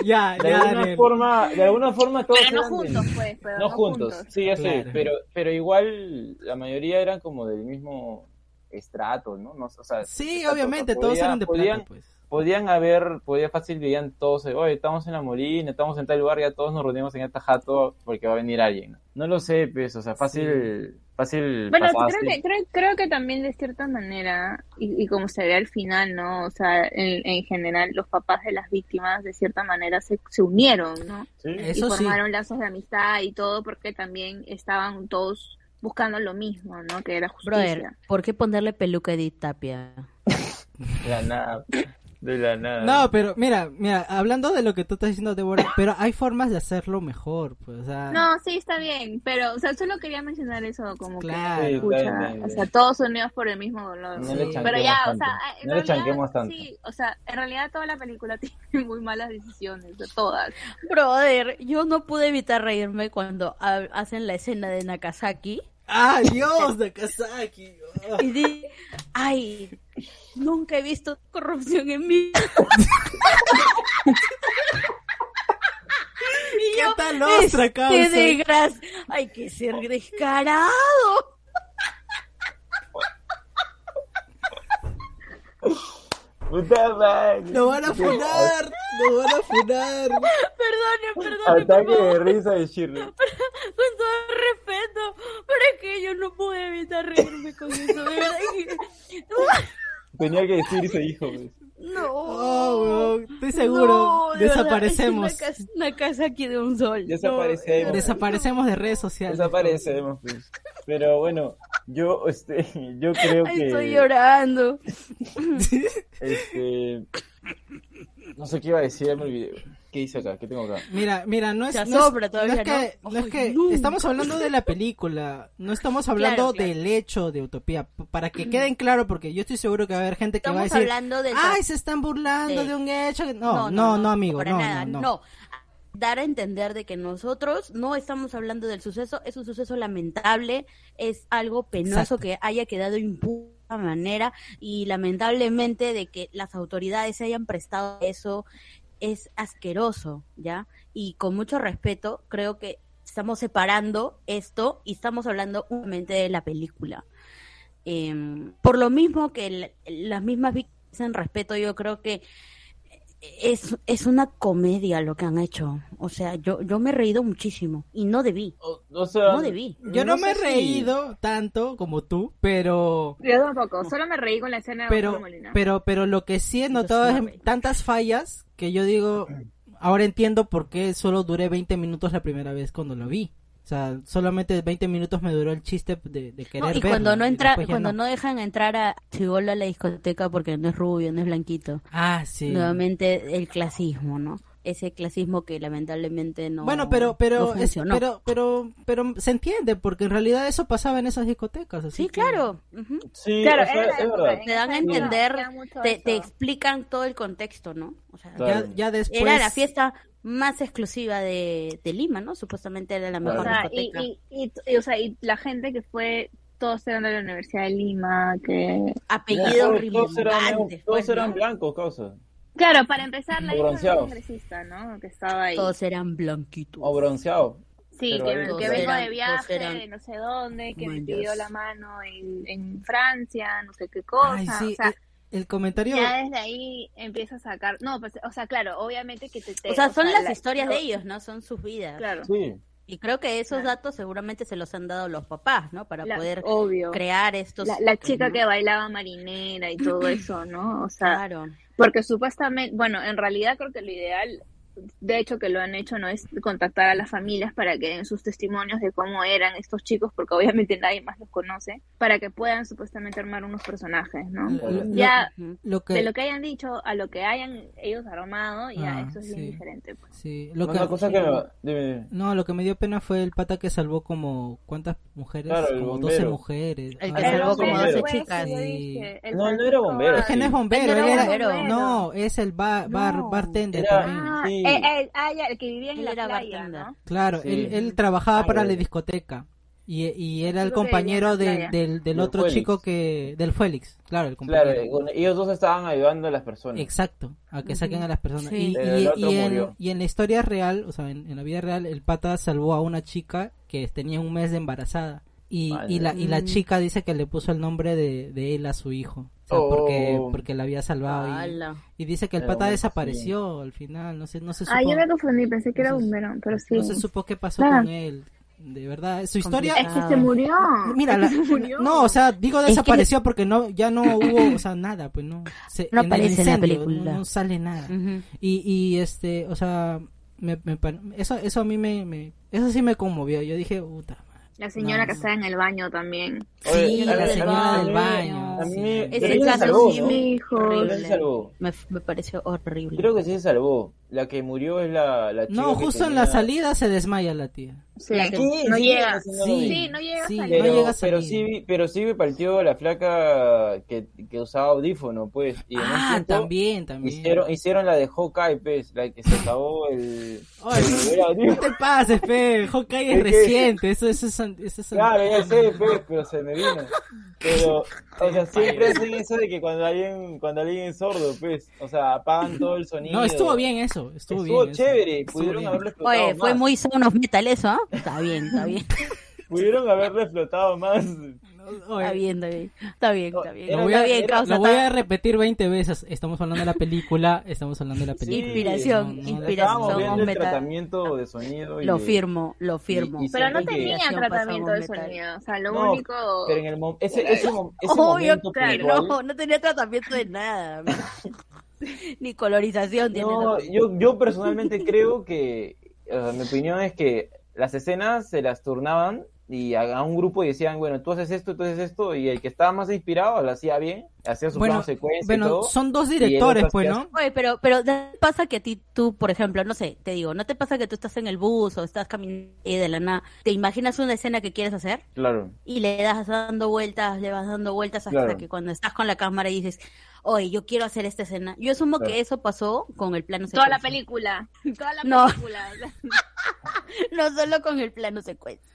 Speaker 1: Ya,
Speaker 2: de
Speaker 1: ya,
Speaker 2: alguna
Speaker 1: Daniel.
Speaker 2: forma, de alguna forma todos
Speaker 4: Pero no
Speaker 2: eran de-
Speaker 4: juntos, pues, pero
Speaker 2: no juntos, sí, ya sé,
Speaker 1: Claro.
Speaker 2: pero, pero igual la mayoría eran como del mismo estrato, ¿no? No, o sea,
Speaker 1: Sí,
Speaker 2: estrato,
Speaker 1: obviamente,
Speaker 2: o sea,
Speaker 1: todos
Speaker 2: podía-
Speaker 1: eran de plata,
Speaker 2: podían,
Speaker 1: pues.
Speaker 2: podían haber, podía fácil dirían todos, oye, estamos en la Molina, estamos en tal lugar, ya todos nos reunimos en esta jato porque va a venir alguien. No lo sé, pues, o sea, fácil, fácil.
Speaker 4: Bueno,
Speaker 2: pasaba
Speaker 4: creo
Speaker 2: así.
Speaker 4: que, creo, creo que también de cierta manera, y, y como se ve al final, ¿no? O sea, en, en general, los papás de las víctimas de cierta manera se, se unieron, ¿no?
Speaker 2: Sí.
Speaker 1: Eso sí.
Speaker 4: y formaron lazos de amistad y todo porque también estaban todos buscando lo mismo, ¿no? Que era justicia.
Speaker 3: Brother, ¿por qué ponerle peluca a Edith Tapia?
Speaker 2: De la nada. De la nada.
Speaker 1: No, pero mira, mira, hablando de lo que tú estás diciendo, Débora, pero hay formas de hacerlo mejor, pues, o sea,
Speaker 4: No, sí, está bien, pero, o sea, solo quería mencionar eso como
Speaker 1: Claro.
Speaker 4: que,
Speaker 1: Sí,
Speaker 4: escucha,
Speaker 2: está bien, está bien.
Speaker 4: o sea, todos unidos por el mismo dolor.
Speaker 2: No
Speaker 4: Sí.
Speaker 2: le
Speaker 4: Pero
Speaker 2: chanquemos
Speaker 4: ya, o
Speaker 2: tanto.
Speaker 4: sea, en
Speaker 2: no le
Speaker 4: realidad,
Speaker 2: chanquemos tanto.
Speaker 4: sí, o sea, en realidad toda la película tiene muy malas decisiones, de todas.
Speaker 3: Brother, yo no pude evitar reírme cuando ha- hacen la escena de Nakasaki
Speaker 1: ¡Ah, Dios, Nakazaki! Ah.
Speaker 3: y dije, ay, nunca he visto corrupción en mí. Y
Speaker 1: ¿Qué
Speaker 3: yo,
Speaker 1: tal ostra,
Speaker 3: este
Speaker 1: causa?
Speaker 3: desgracia- Hay que ser descarado.
Speaker 2: Puta madre.
Speaker 1: ¡Lo van a funar! ¡Lo van a funar!
Speaker 3: Perdone, perdone, por
Speaker 2: Ataque de
Speaker 3: favor,
Speaker 2: risa de Shirley.
Speaker 3: con todo respeto, pero es que yo no pude evitar reírme con eso, de verdad que-
Speaker 2: Tenía que decirse, hijo. pues.
Speaker 3: No.
Speaker 1: Oh, weón, estoy seguro.
Speaker 3: Ah, No, de verdad,
Speaker 1: Desaparecemos.
Speaker 3: es una, casa, una casa aquí de un sol.
Speaker 4: eh,
Speaker 2: Desaparecemos.
Speaker 1: Desaparecemos de redes sociales.
Speaker 2: Desaparecemos, pues. Pero bueno, yo, este, yo creo
Speaker 3: No, ay,
Speaker 2: que.
Speaker 3: estoy llorando.
Speaker 2: Este. No sé qué iba a decir, ya me olvidé. ¿Qué hice acá? ¿Qué tengo acá?
Speaker 1: Mira, mira, no es,
Speaker 3: Se
Speaker 1: no es-
Speaker 3: asombra
Speaker 1: no es
Speaker 3: todavía,
Speaker 1: que,
Speaker 3: ¿no?
Speaker 1: no es
Speaker 3: Ay,
Speaker 1: que-
Speaker 3: no.
Speaker 1: estamos hablando de la película, no estamos hablando
Speaker 3: Claro, claro.
Speaker 1: del hecho de Utopía, P- para que queden claro, porque yo estoy seguro que va a haber gente que va a
Speaker 3: Estamos
Speaker 1: decir,
Speaker 3: hablando del
Speaker 1: ay, se están burlando
Speaker 3: Sí.
Speaker 1: de un hecho, que-". no, no, no, amigo,
Speaker 3: para
Speaker 1: no,
Speaker 3: nada,
Speaker 1: no, no.
Speaker 3: Dar a entender de que nosotros no estamos hablando del suceso, es un suceso lamentable, es algo penoso
Speaker 1: Exacto.
Speaker 3: que haya quedado impune de alguna manera y lamentablemente de que las autoridades se hayan prestado a eso es asqueroso, ¿ya? Y con mucho respeto, creo que estamos separando esto y estamos hablando únicamente de la película. Eh, por lo mismo que el- las mismas víctimas en respeto, yo creo que es, es una comedia lo que han hecho. O sea, yo, yo me he reído muchísimo y no debí,
Speaker 2: O, o sea,
Speaker 3: no debí.
Speaker 1: Yo no, me he
Speaker 2: sé si-
Speaker 1: reído tanto como tú, pero
Speaker 4: Yo tampoco, solo me reí con la escena de
Speaker 1: pero,
Speaker 4: Gonzalo Ah, Molina.
Speaker 1: pero, pero lo que sí he
Speaker 3: Yo
Speaker 1: notado
Speaker 3: sí me
Speaker 1: es
Speaker 3: reí.
Speaker 1: tantas fallas que yo digo, ahora entiendo por qué solo duré 20 minutos la primera vez cuando lo vi. O sea, solamente 20 minutos me duró el chiste de, de querer
Speaker 3: No, y
Speaker 1: verlo,
Speaker 3: cuando no entra,
Speaker 1: después ya
Speaker 3: cuando
Speaker 1: no.
Speaker 3: no dejan entrar a Chigola a la discoteca porque no es rubio, no es blanquito.
Speaker 1: Ah, sí.
Speaker 3: Nuevamente el clasismo, ¿no? Ese clasismo que lamentablemente no.
Speaker 1: bueno, pero,
Speaker 3: no
Speaker 1: pero, es-
Speaker 3: funcionó.
Speaker 1: pero, pero, pero se entiende, porque en realidad eso pasaba en esas discotecas. Así
Speaker 3: sí,
Speaker 1: que-
Speaker 3: claro. ujú.
Speaker 2: Sí,
Speaker 4: Claro,
Speaker 2: o sea,
Speaker 4: era la
Speaker 2: es
Speaker 4: época,
Speaker 2: verdad.
Speaker 4: en
Speaker 3: Te dan a
Speaker 4: esa época
Speaker 3: entender,
Speaker 4: era mucho
Speaker 3: Te,
Speaker 4: eso.
Speaker 3: te explican todo el contexto, ¿no? O sea,
Speaker 2: Claro.
Speaker 1: Ya, ya después.
Speaker 3: era la fiesta más exclusiva de, de Lima, ¿no? Supuestamente era la
Speaker 4: O
Speaker 3: mejor
Speaker 4: sea, y,
Speaker 3: discoteca.
Speaker 4: y, y, y, o sea, y la gente que fue, todos eran de la Universidad de Lima, que...
Speaker 3: Apellidos
Speaker 2: Todos- todos eran,
Speaker 3: rimbombantes.
Speaker 2: todos
Speaker 3: pues,
Speaker 2: eran
Speaker 3: ¿no?
Speaker 2: blancos, causa.
Speaker 4: Claro, para empezar, la
Speaker 2: O
Speaker 4: hija del
Speaker 2: bronceados.
Speaker 4: congresista, ¿no? Que estaba ahí.
Speaker 3: Todos eran blanquitos.
Speaker 2: O bronceados.
Speaker 4: Sí, Sí,
Speaker 2: Pero
Speaker 4: que,
Speaker 2: ahí-
Speaker 4: que
Speaker 2: Dos
Speaker 4: vengo
Speaker 3: eran-
Speaker 4: de
Speaker 3: dos
Speaker 4: viaje,
Speaker 3: eran-
Speaker 4: de no sé dónde, que
Speaker 3: Ay,
Speaker 4: me pidió
Speaker 3: Dios.
Speaker 4: la mano en, en Francia, no sé qué cosa.
Speaker 1: Ay, sí,
Speaker 4: o sea,
Speaker 1: eh, el comentario...
Speaker 4: ya desde ahí empiezas a sacar. No, pues, o sea, claro, obviamente que te. te-
Speaker 3: O sea, son las
Speaker 4: la-
Speaker 3: historias de ellos, ¿no? Son sus vidas.
Speaker 4: Claro.
Speaker 2: Sí,
Speaker 3: Y creo que esos
Speaker 4: Claro.
Speaker 3: datos seguramente se los han dado los papás, ¿no? Para
Speaker 4: la-
Speaker 3: poder
Speaker 4: obvio.
Speaker 3: crear estos...
Speaker 4: La, la chica
Speaker 3: ¿no?
Speaker 4: que bailaba marinera y todo eso, ¿no? O sea,
Speaker 3: Claro.
Speaker 4: porque supuestamente, bueno, en realidad creo que lo ideal, de hecho que lo han hecho, no es contactar a las familias para que den sus testimonios de cómo eran estos chicos, porque obviamente nadie más los conoce, para que puedan supuestamente armar unos personajes, ¿no?
Speaker 1: lo-
Speaker 4: Ya,
Speaker 3: Ujú.
Speaker 1: lo que-
Speaker 4: de lo que hayan dicho a lo que hayan ellos armado, ya
Speaker 1: Ah,
Speaker 4: eso es
Speaker 1: sí.
Speaker 4: bien diferente. pues.
Speaker 1: sí, lo que-
Speaker 2: una cosa que me... dime, dime.
Speaker 1: No, lo que me dio pena fue el pata que salvó como... ¿Cuántas mujeres?
Speaker 2: Claro, el
Speaker 1: como
Speaker 2: bombero.
Speaker 1: 12 mujeres.
Speaker 3: El
Speaker 1: Ah,
Speaker 3: que salvó como
Speaker 4: bombero,
Speaker 3: 12
Speaker 4: pues,
Speaker 3: chicas.
Speaker 4: yo dije,
Speaker 2: No, él
Speaker 4: el
Speaker 2: no era
Speaker 4: Francisco
Speaker 2: bombero,
Speaker 4: Abad.
Speaker 1: Es que no es bombero,
Speaker 3: Él no
Speaker 1: él
Speaker 3: era
Speaker 1: era...
Speaker 3: bombero.
Speaker 1: No, es el ba- bar,
Speaker 4: No.
Speaker 1: bartender
Speaker 2: Era-
Speaker 1: también.
Speaker 4: Ah,
Speaker 2: Sí.
Speaker 4: eh, eh, ah, ya, el que vivía en
Speaker 3: Él
Speaker 4: la
Speaker 3: era
Speaker 4: playa,
Speaker 3: bartender.
Speaker 4: ¿no?
Speaker 1: Claro,
Speaker 2: Sí.
Speaker 1: él, él trabajaba
Speaker 2: Ah,
Speaker 1: para la
Speaker 2: bueno.
Speaker 1: discoteca y, y era el
Speaker 4: Creo que
Speaker 1: compañero
Speaker 4: vivía en
Speaker 1: del,
Speaker 4: la playa.
Speaker 1: del, del
Speaker 2: Del
Speaker 1: otro
Speaker 2: Félix.
Speaker 1: chico que... del Félix, claro, el
Speaker 2: Claro,
Speaker 1: compañero.
Speaker 2: eh, con- ellos dos estaban ayudando a las personas.
Speaker 1: Exacto, a que saquen a las personas.
Speaker 3: Sí.
Speaker 1: Y,
Speaker 2: Pero
Speaker 1: y-
Speaker 2: el otro
Speaker 1: y en,
Speaker 2: murió.
Speaker 1: y en la historia real, o sea, en, en la vida real, el pata salvó a una chica que tenía un mes de embarazada. Y,
Speaker 2: Vale.
Speaker 1: y, la, y la
Speaker 3: Mm.
Speaker 1: chica dice que le puso el nombre de, de él a su hijo. O sea,
Speaker 2: Oh.
Speaker 1: porque, porque la había salvado. Y,
Speaker 3: Ala.
Speaker 1: y dice que el
Speaker 2: Pero
Speaker 1: pata
Speaker 2: bueno,
Speaker 1: desapareció al final. No sé, no se supo,
Speaker 4: Ah, yo me confundí, pensé que era
Speaker 1: Entonces,
Speaker 4: bombero, pero sí.
Speaker 1: no se supo qué pasó
Speaker 4: Claro.
Speaker 1: con él. De verdad, su historia.
Speaker 4: Es
Speaker 3: Ah.
Speaker 4: que se murió.
Speaker 1: Mira,
Speaker 4: Ah. Es que
Speaker 1: la-
Speaker 4: se murió.
Speaker 1: no, o sea, digo
Speaker 3: Es que-
Speaker 1: desapareció porque no, ya no hubo, o sea, nada, pues no. se-
Speaker 3: No
Speaker 1: en el
Speaker 3: aparece en la
Speaker 1: incendio,
Speaker 3: película.
Speaker 1: No, no sale nada.
Speaker 3: Ujú.
Speaker 1: Y, y este, o sea, me, me par- eso, eso a mí me, me- eso sí me conmovió. Yo dije, puta madre.
Speaker 4: La señora
Speaker 1: No,
Speaker 4: que
Speaker 1: no.
Speaker 4: estaba en el baño también.
Speaker 3: Sí,
Speaker 2: a
Speaker 3: la
Speaker 2: mí-
Speaker 3: señora
Speaker 2: a
Speaker 3: del
Speaker 2: mí-
Speaker 1: baño,
Speaker 2: A mí,
Speaker 1: sí.
Speaker 2: me-
Speaker 3: Ese
Speaker 2: pero ella se
Speaker 3: caso
Speaker 2: salvó,
Speaker 3: sí
Speaker 2: ¿no?
Speaker 3: me-
Speaker 4: Mi hijo.
Speaker 2: Ella se salvó.
Speaker 3: Me, f- me pareció horrible.
Speaker 2: Creo que sí se salvó. La que murió es la, la chica
Speaker 1: No,
Speaker 2: que
Speaker 1: justo en
Speaker 2: tenía-
Speaker 1: la salida se desmaya la tía.
Speaker 4: Sí,
Speaker 3: La que-
Speaker 4: no
Speaker 2: Sí,
Speaker 4: llega.
Speaker 2: sí, no lo
Speaker 1: Sí.
Speaker 2: vi.
Speaker 4: Sí, no llega
Speaker 1: Sí,
Speaker 4: a salir.
Speaker 2: Pero,
Speaker 1: no llega a
Speaker 2: pero
Speaker 1: salir.
Speaker 2: sí, vi- pero sí me partió la flaca que, que usaba audífono, pues. Y en un
Speaker 1: Ah,
Speaker 2: punto
Speaker 1: también, también.
Speaker 2: Hicieron, hicieron la de Hawkeye, pues, la que se acabó el...
Speaker 1: Ay,
Speaker 2: el- el
Speaker 1: no
Speaker 2: audífono.
Speaker 1: te pases, pe. Hawkeye es
Speaker 2: Es que-
Speaker 1: reciente. Eso, eso, es an- eso es an-
Speaker 2: Claro, ya sé, pues, pero se me vino. Pero, o sea, siempre hacen eso de que cuando alguien, cuando alguien es sordo, pues, o sea, apagan todo el sonido.
Speaker 1: No, estuvo bien eso. Estuvo,
Speaker 2: Estuvo,
Speaker 1: bien. eso.
Speaker 2: chévere,
Speaker 1: Estuvo
Speaker 2: pudieron
Speaker 1: bien.
Speaker 2: haberlo explotado
Speaker 3: Oye, fue
Speaker 2: más.
Speaker 3: muy son of metal eso, ¿ah? Está bien, está bien.
Speaker 2: Pudieron haberlo explotado más.
Speaker 1: Oye,
Speaker 3: Está bien, está bien. Está bien, está bien.
Speaker 2: Lo
Speaker 1: voy
Speaker 3: Está
Speaker 1: a-
Speaker 3: bien,
Speaker 2: era-
Speaker 3: causa.
Speaker 1: Lo voy
Speaker 3: está-
Speaker 1: a repetir 20 veces. Estamos hablando de la película. Estamos hablando de la película.
Speaker 3: Inspiración,
Speaker 1: No, no,
Speaker 3: inspiración,
Speaker 2: Estábamos
Speaker 3: somos
Speaker 2: viendo el
Speaker 3: meta-
Speaker 2: tratamiento de sonido y
Speaker 3: Lo
Speaker 2: de-
Speaker 3: firmo, lo firmo.
Speaker 2: y se-
Speaker 4: Pero no
Speaker 2: Sí, que-
Speaker 4: tenía
Speaker 3: Inspiración
Speaker 4: tratamiento
Speaker 3: pasamos
Speaker 4: de
Speaker 3: metal.
Speaker 4: sonido. O sea, lo
Speaker 2: No,
Speaker 4: único.
Speaker 2: Pero en el mom- ese, ese, mom- ese
Speaker 3: Obvio
Speaker 2: momento
Speaker 3: que
Speaker 2: puntual-
Speaker 3: no, no tenía tratamiento de nada. Ni colorización tiene.
Speaker 2: No,
Speaker 3: tratamiento.
Speaker 2: yo, yo personalmente creo que, o sea, mi opinión es que las escenas se las turnaban y a, a un grupo decían, bueno, tú haces esto, tú haces esto, y el que estaba más inspirado lo hacía bien, hacía su
Speaker 1: Bueno,
Speaker 2: plan secuencia y
Speaker 1: bueno
Speaker 2: todo.
Speaker 1: son dos directores,
Speaker 2: otras
Speaker 1: pues,
Speaker 2: que
Speaker 1: ¿no?
Speaker 3: Oye, pero, pero ¿te pasa que a ti, tú, por ejemplo, no sé, te digo, ¿no te pasa que tú estás en el bus o estás caminando y de la nada, te imaginas una escena que quieres hacer
Speaker 2: Claro.
Speaker 3: y le das dando vueltas, le vas dando vueltas hasta
Speaker 2: Claro.
Speaker 3: que cuando estás con la cámara y dices, oye, yo quiero hacer esta escena. Yo asumo
Speaker 2: Claro.
Speaker 3: que eso pasó con el plano
Speaker 4: Toda
Speaker 3: secuencia.
Speaker 4: la película. Toda la
Speaker 3: No.
Speaker 4: película.
Speaker 3: No solo con el plano secuencia.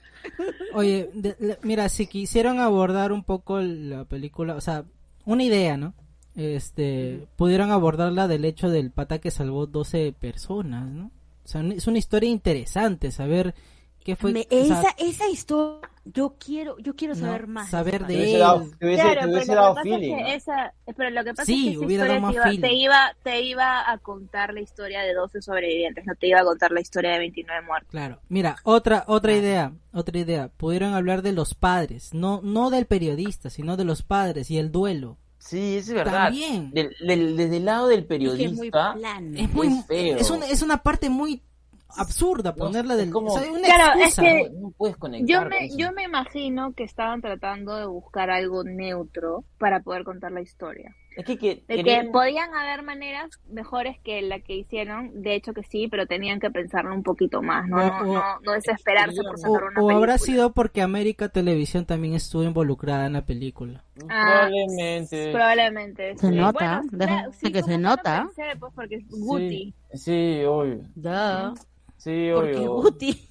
Speaker 1: Oye, de- la- mira, si quisieran abordar un poco la película, o sea, una idea, ¿no? Este, pudieran abordarla del hecho del pata que salvó 12 personas, ¿no? O sea, es una historia interesante saber qué fue.
Speaker 3: Me-
Speaker 1: o sea,
Speaker 3: esa, esa historia, yo quiero, yo quiero
Speaker 1: no,
Speaker 3: saber más.
Speaker 1: Saber
Speaker 2: Te
Speaker 1: de
Speaker 2: hubiese
Speaker 1: él.
Speaker 2: dado, te hubiese-
Speaker 4: Claro,
Speaker 2: te
Speaker 4: pero lo
Speaker 2: hubiese
Speaker 4: que
Speaker 2: dado
Speaker 4: pasa
Speaker 2: feeling.
Speaker 4: es
Speaker 2: ¿no?
Speaker 4: que esa, pero lo que pasa
Speaker 1: Sí,
Speaker 4: es que esa
Speaker 1: hubiera dado
Speaker 4: historia
Speaker 1: más
Speaker 4: te iba, te
Speaker 1: feeling.
Speaker 4: iba, te iba a contar la historia de 12 sobrevivientes, no te iba a contar la historia de 29 muertos.
Speaker 1: Claro, mira, otra otra idea, otra idea. Pudieron hablar de los padres, no no del periodista, sino de los padres y el duelo.
Speaker 2: Sí, es verdad.
Speaker 1: También.
Speaker 2: Del- del- desde el lado del
Speaker 3: Es que es muy
Speaker 2: periodista,
Speaker 3: plano.
Speaker 1: Es muy
Speaker 2: Es feo.
Speaker 1: es una es una parte muy absurda
Speaker 2: No,
Speaker 1: ponerla
Speaker 2: es
Speaker 1: del
Speaker 2: como-
Speaker 1: o sea, una
Speaker 4: Claro, es
Speaker 1: excusa.
Speaker 4: que-
Speaker 2: no, no puedes conectar.
Speaker 4: Yo
Speaker 2: con
Speaker 4: me,
Speaker 2: eso.
Speaker 4: yo me imagino que estaban tratando de buscar algo neutro para poder contar la historia.
Speaker 2: Es que, que
Speaker 4: De que
Speaker 2: querían-
Speaker 4: podían haber maneras mejores que la que hicieron, de hecho que sí, pero tenían que pensarlo un poquito más, no,
Speaker 1: O-
Speaker 4: no,
Speaker 1: o-
Speaker 4: no, no desesperarse por sacar
Speaker 1: O,
Speaker 4: una
Speaker 1: o
Speaker 4: película.
Speaker 1: habrá sido porque América Televisión también estuvo involucrada en la película.
Speaker 4: Ah,
Speaker 2: probablemente.
Speaker 4: Probablemente.
Speaker 3: Se
Speaker 4: sí.
Speaker 3: nota, déjame
Speaker 4: sí,
Speaker 3: que
Speaker 4: ¿cómo
Speaker 3: se
Speaker 4: no
Speaker 3: nota.
Speaker 4: lo pensé? pues porque es
Speaker 2: Sí,
Speaker 4: Guti.
Speaker 2: Sí, obvio.
Speaker 3: Ya.
Speaker 2: Sí,
Speaker 3: Porque
Speaker 2: obvio.
Speaker 3: Guti.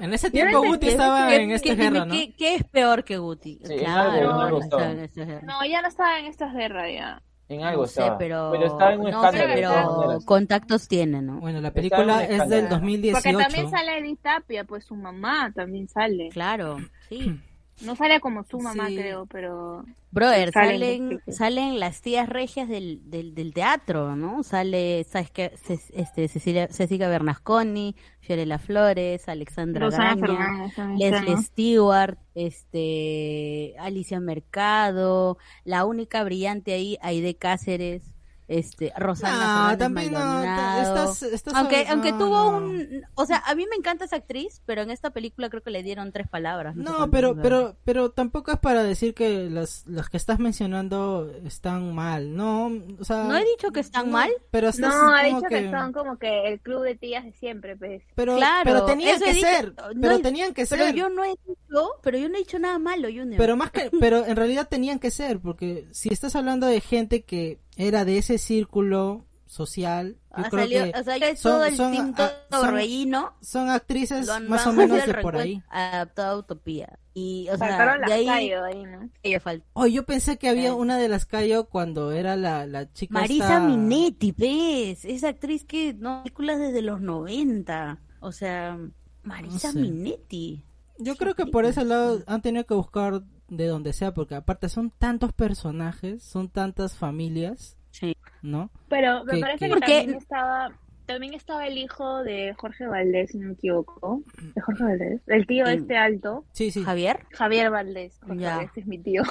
Speaker 1: En ese
Speaker 4: Yo no
Speaker 1: tiempo
Speaker 4: entendí,
Speaker 1: Guti estaba
Speaker 3: ¿Qué-
Speaker 1: en esta
Speaker 3: qué-
Speaker 1: guerra,
Speaker 3: dime,
Speaker 1: ¿no?
Speaker 3: ¿qué, qué es peor que Guti?
Speaker 2: Sí, es algo
Speaker 3: claro,
Speaker 4: que no
Speaker 2: me gustaba.
Speaker 3: está en esta guerra.
Speaker 4: No, ya no estaba en estas guerras ya.
Speaker 2: En algo
Speaker 3: no sé,
Speaker 2: estaba.
Speaker 3: pero,
Speaker 2: estaba en un
Speaker 3: no sé,
Speaker 2: escándalo. de todas
Speaker 3: pero
Speaker 2: maneras.
Speaker 3: contactos tiene, ¿no?
Speaker 1: Bueno, la
Speaker 2: Está en
Speaker 1: película
Speaker 2: un
Speaker 1: es del
Speaker 2: escándalo.
Speaker 1: 2018.
Speaker 4: Porque también sale Edith Tapia, pues su mamá también sale.
Speaker 3: Claro, sí.
Speaker 4: No sale como su mamá,
Speaker 1: Sí.
Speaker 4: creo, pero
Speaker 3: Brother,
Speaker 4: Salen,
Speaker 3: salen,
Speaker 4: sí, sí.
Speaker 3: salen las tías regias del, del, del teatro, ¿no? Sale, sabes que este, Cecilia, Cecilia Bernasconi, Fiorella Flores, Alexandra
Speaker 4: Rosana
Speaker 3: Graña,
Speaker 4: Fernández también está,
Speaker 3: Leslie
Speaker 4: ¿no?
Speaker 3: Stewart, este, Alicia Mercado, la única brillante ahí, Aide Cáceres, este, Rosana Fernández
Speaker 1: Ah, también no, ta-
Speaker 3: Maldonado.
Speaker 1: estás- estás-
Speaker 3: aunque,
Speaker 1: no,
Speaker 3: aunque
Speaker 1: no,
Speaker 3: tuvo
Speaker 1: no.
Speaker 3: un, o sea, a mí me encanta esa actriz, pero en esta película creo que le dieron tres palabras. sé
Speaker 1: No,
Speaker 3: cuántas,
Speaker 1: pero,
Speaker 3: o sea.
Speaker 1: pero, pero tampoco es para decir que las, las que estás mencionando están mal, no, o sea,
Speaker 3: no he dicho que están
Speaker 1: no,
Speaker 3: mal.
Speaker 1: pero estás
Speaker 4: No, ha
Speaker 1: como
Speaker 4: dicho que... son como que el club de tías de siempre, pues.
Speaker 1: pero,
Speaker 3: Claro,
Speaker 1: pero tenían
Speaker 3: eso
Speaker 1: que
Speaker 3: he dicho.
Speaker 1: ser,
Speaker 3: No
Speaker 1: pero
Speaker 3: he-
Speaker 1: tenían que
Speaker 3: Pero
Speaker 1: ser,
Speaker 3: yo no he dicho, pero yo no he dicho nada malo, Junior.
Speaker 1: pero más que, pero en realidad tenían que ser, porque si estás hablando de gente que era de ese círculo social, yo
Speaker 3: ha
Speaker 1: creo
Speaker 3: salido,
Speaker 1: que
Speaker 3: Ah, o sea, yo
Speaker 1: son-
Speaker 3: todo el
Speaker 1: son-
Speaker 3: team
Speaker 1: ah,
Speaker 3: todo
Speaker 1: son-
Speaker 3: rellino,
Speaker 1: son actrices
Speaker 3: lo han-
Speaker 1: más o
Speaker 3: lo han
Speaker 1: menos
Speaker 3: sido
Speaker 1: de por
Speaker 3: recuento-
Speaker 1: ahí.
Speaker 3: Adaptado a Utopía. Y, o sea,
Speaker 4: Faltaron
Speaker 3: de
Speaker 4: las
Speaker 3: ahí,
Speaker 4: calles ahí, ¿no?
Speaker 3: ella faltó.
Speaker 1: Oh, yo pensé que había
Speaker 3: Eh.
Speaker 1: una de las Cayo cuando era la, la chica
Speaker 3: Marisa
Speaker 1: esta-
Speaker 3: Minetti, ¿ves? Esa actriz que no películas desde los 90. O sea, Marisa
Speaker 1: No sé.
Speaker 3: Minetti.
Speaker 1: Yo creo que por ese lado han tenido que buscar de donde sea, porque aparte son tantos personajes, son tantas familias,
Speaker 3: Sí.
Speaker 1: ¿no?
Speaker 4: Pero me
Speaker 1: Que-
Speaker 4: parece
Speaker 1: que-
Speaker 4: que
Speaker 3: Porque-
Speaker 4: también estaba, también estaba el hijo de Jorge Valdés, si no me equivoco. De Jorge Valdés. El tío
Speaker 3: Sí.
Speaker 4: este alto,
Speaker 1: Sí, sí.
Speaker 3: Javier.
Speaker 4: Javier Valdés. Jorge
Speaker 3: Ya.
Speaker 4: Valdés es mi tío.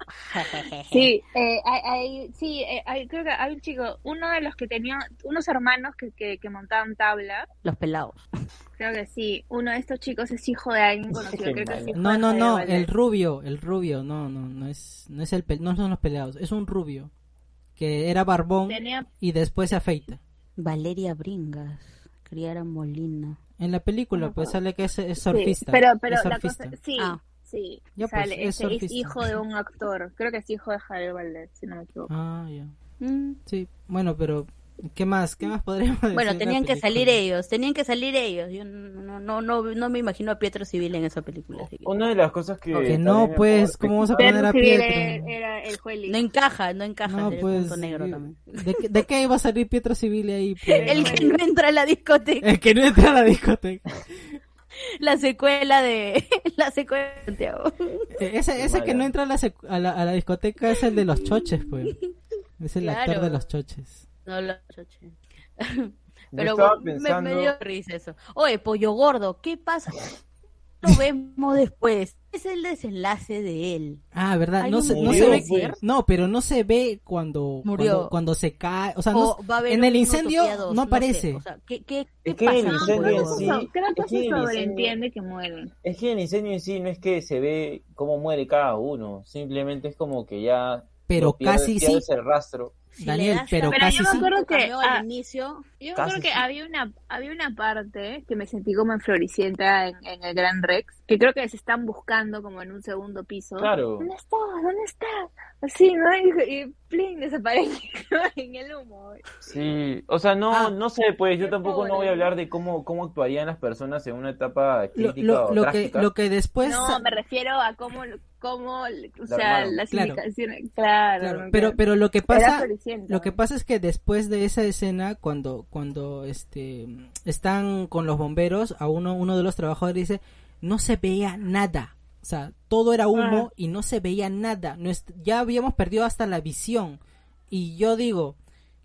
Speaker 4: Sí, eh, hay, hay- sí eh, hay- creo que hay un chico, uno de los que tenía, unos hermanos que, que, que montaban tabla,
Speaker 3: Los pelados.
Speaker 4: creo que sí, uno de estos chicos es hijo de alguien conocido,
Speaker 2: Qué
Speaker 4: creo que es
Speaker 2: mala.
Speaker 4: hijo
Speaker 1: No,
Speaker 4: de
Speaker 1: no,
Speaker 4: Javier
Speaker 1: no,
Speaker 4: Valdés.
Speaker 1: el rubio, el rubio, no, no, no es, no es el, pe- no son los peleados, es un rubio que era barbón
Speaker 4: Tenía,
Speaker 1: y después se afeita.
Speaker 3: Valeria Bringas. Criara Molina.
Speaker 1: En la película, pues sale que es, es
Speaker 4: sí,
Speaker 1: surfista.
Speaker 4: pero, pero
Speaker 1: es
Speaker 4: la
Speaker 1: surfista.
Speaker 4: cosa, sí,
Speaker 3: Ah.
Speaker 4: sí,
Speaker 1: Ya, pues,
Speaker 4: sale,
Speaker 1: es
Speaker 4: este, es
Speaker 1: surfista.
Speaker 4: hijo de un actor, creo que es hijo de Javier Valdés, si no me equivoco.
Speaker 1: Ah, ya.
Speaker 3: Mm.
Speaker 1: Sí, bueno, pero ¿qué más? ¿Qué más podríamos decir? de
Speaker 3: Bueno,
Speaker 1: la
Speaker 3: tenían que
Speaker 1: película?
Speaker 3: salir eh, ellos, tenían que salir ellos. Yo no, no, no, no me imagino a Pietro Civil en esa película. así que-
Speaker 2: Una de las cosas que.
Speaker 1: Que
Speaker 2: también
Speaker 1: no,
Speaker 2: me
Speaker 1: pues,
Speaker 2: acuerdo-
Speaker 1: ¿cómo vamos a
Speaker 4: Pero
Speaker 1: poner a
Speaker 4: Civil
Speaker 1: Pietro?
Speaker 4: era, era el Jueli.
Speaker 3: No encaja, no encaja
Speaker 1: No,
Speaker 3: en el
Speaker 1: pues,
Speaker 3: punto negro
Speaker 1: ¿de-
Speaker 3: también.
Speaker 1: ¿de, qué- de qué iba a salir Pietro Civil ahí? pues?
Speaker 3: El que no entra a la discoteca,
Speaker 1: El que no entra a la discoteca.
Speaker 3: la secuela de la secuela de Santiago.
Speaker 1: Eh, Ese, ese que no entra a la, sec- a, la, a la discoteca es el de los choches, pues. Es el actor
Speaker 3: Claro.
Speaker 1: de los choches.
Speaker 3: No lo choché.
Speaker 2: Yo
Speaker 3: Pero
Speaker 2: estaba
Speaker 3: bueno, me,
Speaker 2: pensando.
Speaker 3: me dio risa eso. Oye, pollo gordo, ¿qué pasa? Lo vemos después. Es el desenlace de él.
Speaker 1: Ah, ¿verdad?
Speaker 3: Hay
Speaker 1: No
Speaker 3: un
Speaker 1: se, no
Speaker 2: murió,
Speaker 1: se ve.
Speaker 2: pues.
Speaker 1: No, pero no se ve cuando,
Speaker 3: Murió.
Speaker 1: cuando, cuando se cae. O sea, no-
Speaker 3: O va a haber
Speaker 1: en el
Speaker 3: un
Speaker 1: incendio
Speaker 3: Utopía 2,
Speaker 1: no
Speaker 3: sé.
Speaker 1: aparece.
Speaker 3: O sea, ¿qué, qué, qué
Speaker 2: Es que
Speaker 3: pasa
Speaker 2: el
Speaker 3: con
Speaker 2: incendio
Speaker 3: pollo
Speaker 2: en
Speaker 3: gordo?
Speaker 2: sí-
Speaker 4: Eso- creo que
Speaker 2: es que el
Speaker 4: eso
Speaker 2: diseño-
Speaker 4: sobreentiende que mueren.
Speaker 2: Es que el incendio en sí no es que se ve cómo muere cada uno, simplemente es como que ya.
Speaker 1: Pero
Speaker 2: no pierde-
Speaker 1: casi
Speaker 2: pierde
Speaker 1: sí.
Speaker 2: el rastro.
Speaker 3: Si le
Speaker 1: Daniel,
Speaker 3: das
Speaker 1: pero
Speaker 3: tan-
Speaker 4: Pero
Speaker 1: casi
Speaker 4: yo me
Speaker 1: sí.
Speaker 4: acuerdo que
Speaker 3: cameo al
Speaker 4: ah,
Speaker 3: inicio
Speaker 4: Yo
Speaker 2: Casi
Speaker 4: creo que
Speaker 2: sí.
Speaker 4: había una había una parte que me sentí como en Floricienta en, en el Gran Rex, que creo que se están buscando como en un segundo piso.
Speaker 2: Claro.
Speaker 4: ¿Dónde está? ¿Dónde está? Así, ¿no? Y, y plin, desaparece en el humo.
Speaker 2: Sí, o sea, no,
Speaker 1: Ah.
Speaker 2: no sé, pues yo
Speaker 4: Qué
Speaker 2: tampoco no voy
Speaker 4: pobre.
Speaker 2: a hablar de cómo, cómo actuarían las personas en una etapa
Speaker 1: Lo,
Speaker 2: crítica
Speaker 1: lo,
Speaker 2: o
Speaker 1: lo que,
Speaker 2: trágica.
Speaker 1: lo que después.
Speaker 4: No, me refiero a cómo, cómo o sea,
Speaker 2: armaron.
Speaker 4: las
Speaker 1: Claro.
Speaker 4: indicaciones. Claro.
Speaker 1: Claro,
Speaker 4: ¿no?
Speaker 1: pero, pero lo que
Speaker 4: Era
Speaker 1: pasa.
Speaker 4: Floricienta.
Speaker 1: Lo que pasa es que después de esa escena, cuando, cuando este, están con los bomberos, a uno, uno de los trabajadores dice, no se veía nada. O sea, todo era humo y no se veía nada. Nues- ya habíamos perdido hasta la visión. Y yo digo,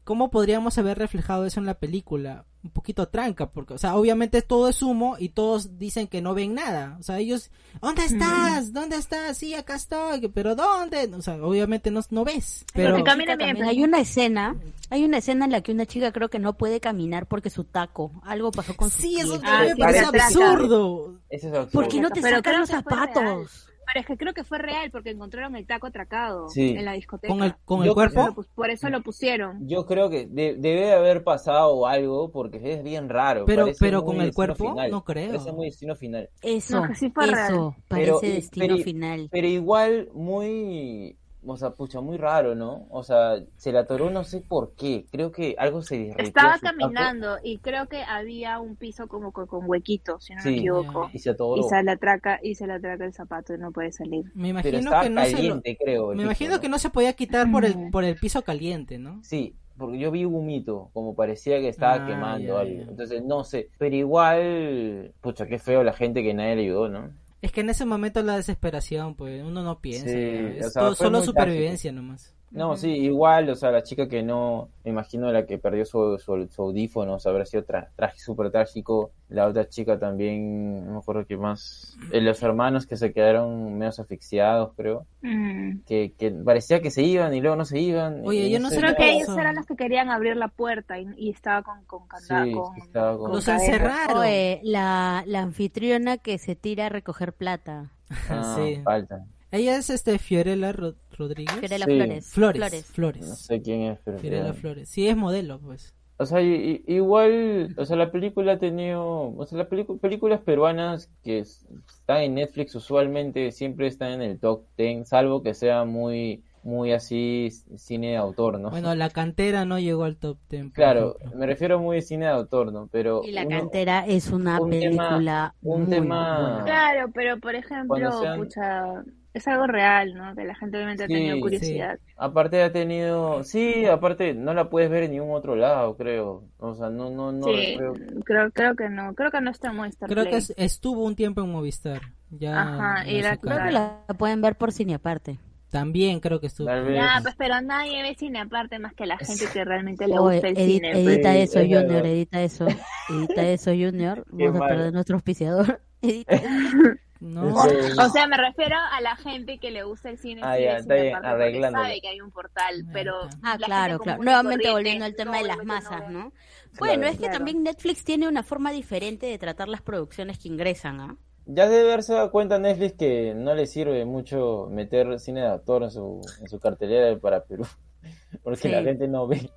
Speaker 1: ¿cómo podríamos haber reflejado eso en la película? Un poquito tranca, porque, o sea, obviamente todo es humo y todos dicen que no ven nada. O sea, ellos, ¿dónde estás? ¿Dónde estás? Sí, acá estoy, pero ¿dónde? O sea, obviamente no, no ves. Pero...
Speaker 4: Porque camina
Speaker 3: Chica,
Speaker 4: bien,
Speaker 3: también
Speaker 4: pues.
Speaker 3: hay una escena, hay una escena en la que una chica creo que no puede caminar porque su taco, algo pasó con su
Speaker 1: Sí, eso
Speaker 3: pie.
Speaker 4: Ah,
Speaker 1: también me parece
Speaker 4: claro. Parece
Speaker 1: absurdo.
Speaker 2: Ese es absurdo.
Speaker 3: ¿Por qué no te
Speaker 4: Pero
Speaker 3: sacan
Speaker 4: creo
Speaker 3: los
Speaker 4: que fue
Speaker 3: zapatos?
Speaker 4: Pero es que creo que fue real porque encontraron el taco atracado
Speaker 2: Sí.
Speaker 4: en la discoteca.
Speaker 1: Con el, con el
Speaker 2: Yo-
Speaker 4: Pero,
Speaker 1: cuerpo.
Speaker 4: pues, por eso lo pusieron.
Speaker 2: Yo creo que de- debe de haber pasado algo porque es bien raro.
Speaker 1: Pero-
Speaker 2: parece
Speaker 1: pero
Speaker 2: muy
Speaker 1: con el
Speaker 2: destino
Speaker 1: cuerpo,
Speaker 2: final,
Speaker 1: no creo.
Speaker 2: Parece muy destino final.
Speaker 3: Eso,
Speaker 4: No, que sí fue real.
Speaker 3: eso,
Speaker 2: Pero-
Speaker 3: parece destino
Speaker 2: pero-
Speaker 3: final.
Speaker 2: Pero igual muy o sea, pucha, muy raro, ¿no? O sea, se la atoró no sé por qué. Creo que algo se derritió.
Speaker 4: Estaba
Speaker 2: su taco.
Speaker 4: caminando y creo que había un piso como con, con huequitos, si no
Speaker 2: Sí.
Speaker 4: me equivoco.
Speaker 2: Y se atoró.
Speaker 4: Y se le atraca, y se le atraca el zapato y no puede salir.
Speaker 1: Me
Speaker 2: Pero
Speaker 1: imagino
Speaker 2: estaba
Speaker 1: que no se lo-
Speaker 2: caliente, creo. el
Speaker 1: me
Speaker 2: piso,
Speaker 1: imagino que no se podía quitar por el
Speaker 4: Mm.
Speaker 1: por el piso caliente, ¿no?
Speaker 2: Sí, porque yo vi humito, como parecía que estaba
Speaker 1: Ah,
Speaker 2: quemando
Speaker 1: ya,
Speaker 2: algo.
Speaker 1: ya.
Speaker 2: Entonces, no sé. Pero igual, pucha, qué feo la gente que nadie le ayudó, ¿no?
Speaker 1: Es que en ese momento la desesperación, pues uno no piensa,
Speaker 2: Sí,
Speaker 1: ya, es
Speaker 2: o sea,
Speaker 1: todo-
Speaker 2: fue
Speaker 1: solo
Speaker 2: muy
Speaker 1: supervivencia nomás.
Speaker 2: No,
Speaker 4: Ujú.
Speaker 2: sí, igual, o sea, la chica que no, me imagino la que perdió su, su, su audífono, o sea, habrá sido tra tra- súper trágico. La otra chica también, no me acuerdo qué más. Eh, los hermanos que se quedaron menos asfixiados, creo.
Speaker 4: Mm.
Speaker 2: Que, que parecía que se iban y luego no se iban.
Speaker 1: Oye,
Speaker 2: y
Speaker 1: yo no sé
Speaker 2: se-
Speaker 4: Creo
Speaker 1: qué
Speaker 4: que
Speaker 1: pasó.
Speaker 4: ellos eran los que querían abrir la puerta y, y estaba con, con candado.
Speaker 2: Sí,
Speaker 4: con,
Speaker 2: sí, estaba con-
Speaker 1: Los
Speaker 4: cadena.
Speaker 1: encerraron.
Speaker 3: Oye, eh, la, la anfitriona que se tira a recoger plata.
Speaker 2: Ah,
Speaker 1: Sí.
Speaker 2: falta.
Speaker 1: Ella es este Fiorella Ro- Rodríguez.
Speaker 3: Fiorella
Speaker 2: Sí.
Speaker 3: Flores.
Speaker 1: Flores, Flores.
Speaker 3: Flores.
Speaker 2: No sé quién es, pero.
Speaker 1: Fiorella Flores. Sí, es modelo, pues.
Speaker 2: O sea, i- i- igual, o sea, la película ha tenido, o sea, las películas peruanas que es- están en Netflix usualmente siempre están en el top 10, salvo que sea muy, muy así c- cine de autor, ¿no?
Speaker 1: Bueno, la cantera no llegó al top 10. por
Speaker 2: Claro,
Speaker 1: ejemplo.
Speaker 2: me refiero muy a cine de autor, ¿no? Pero
Speaker 3: Y la
Speaker 2: uno-
Speaker 3: cantera es una
Speaker 2: un tema-
Speaker 3: película
Speaker 2: un
Speaker 3: muy
Speaker 2: tema-
Speaker 3: buena.
Speaker 4: Claro, pero por ejemplo,
Speaker 2: Cuando sean-
Speaker 4: pucha, es algo real, ¿no? Que la gente obviamente
Speaker 2: Sí,
Speaker 4: ha tenido
Speaker 2: sí.
Speaker 4: curiosidad.
Speaker 2: aparte ha tenido, sí, aparte no la puedes ver en ningún otro lado, creo. O sea, no, no, no
Speaker 4: Sí,
Speaker 2: creo.
Speaker 4: creo, creo que no. Creo que no está en Monster
Speaker 1: Creo que
Speaker 4: Play.
Speaker 1: es- estuvo un tiempo en Movistar. Ya
Speaker 4: Ajá,
Speaker 1: la
Speaker 4: y la-
Speaker 3: Creo
Speaker 1: sacaron.
Speaker 3: que la pueden ver por cine aparte.
Speaker 1: También creo que estuvo.
Speaker 2: Tal
Speaker 4: Ya,
Speaker 2: vez.
Speaker 4: pues, pero nadie ve cine aparte más que la gente que realmente le
Speaker 3: Oye,
Speaker 4: gusta el
Speaker 3: edi-
Speaker 4: cine. pues.
Speaker 3: eh, edita
Speaker 2: Sí,
Speaker 3: eso,
Speaker 2: es verdad.
Speaker 3: Junior, edita eso. Edita eso, Junior.
Speaker 2: Qué
Speaker 3: Vamos a
Speaker 2: malo.
Speaker 3: perder nuestro auspiciador. Edita eso.
Speaker 1: No,
Speaker 2: Sí.
Speaker 4: O sea, me refiero a la gente que le gusta el cine,
Speaker 2: Ah,
Speaker 4: sí,
Speaker 2: ya,
Speaker 4: el
Speaker 2: está
Speaker 4: cine
Speaker 2: bien,
Speaker 4: aparte, porque
Speaker 2: arreglándolo.
Speaker 4: sabe que hay un portal,
Speaker 1: Ahí
Speaker 4: pero...
Speaker 1: está.
Speaker 3: Ah,
Speaker 4: la
Speaker 3: claro,
Speaker 4: gente
Speaker 3: claro.
Speaker 4: común y
Speaker 3: Nuevamente
Speaker 4: corriente
Speaker 3: volviendo al tema de las
Speaker 4: obviamente no
Speaker 3: masas,
Speaker 4: ve.
Speaker 3: ¿no?
Speaker 2: Claro.
Speaker 3: Bueno, es que
Speaker 4: Claro.
Speaker 3: también Netflix tiene una forma diferente de tratar las producciones que ingresan, ¿ah?
Speaker 2: Ya debe darse dado cuenta Netflix que no le sirve mucho meter cine de autor en su, en su cartelera para Perú, porque
Speaker 3: Sí.
Speaker 2: la gente no ve.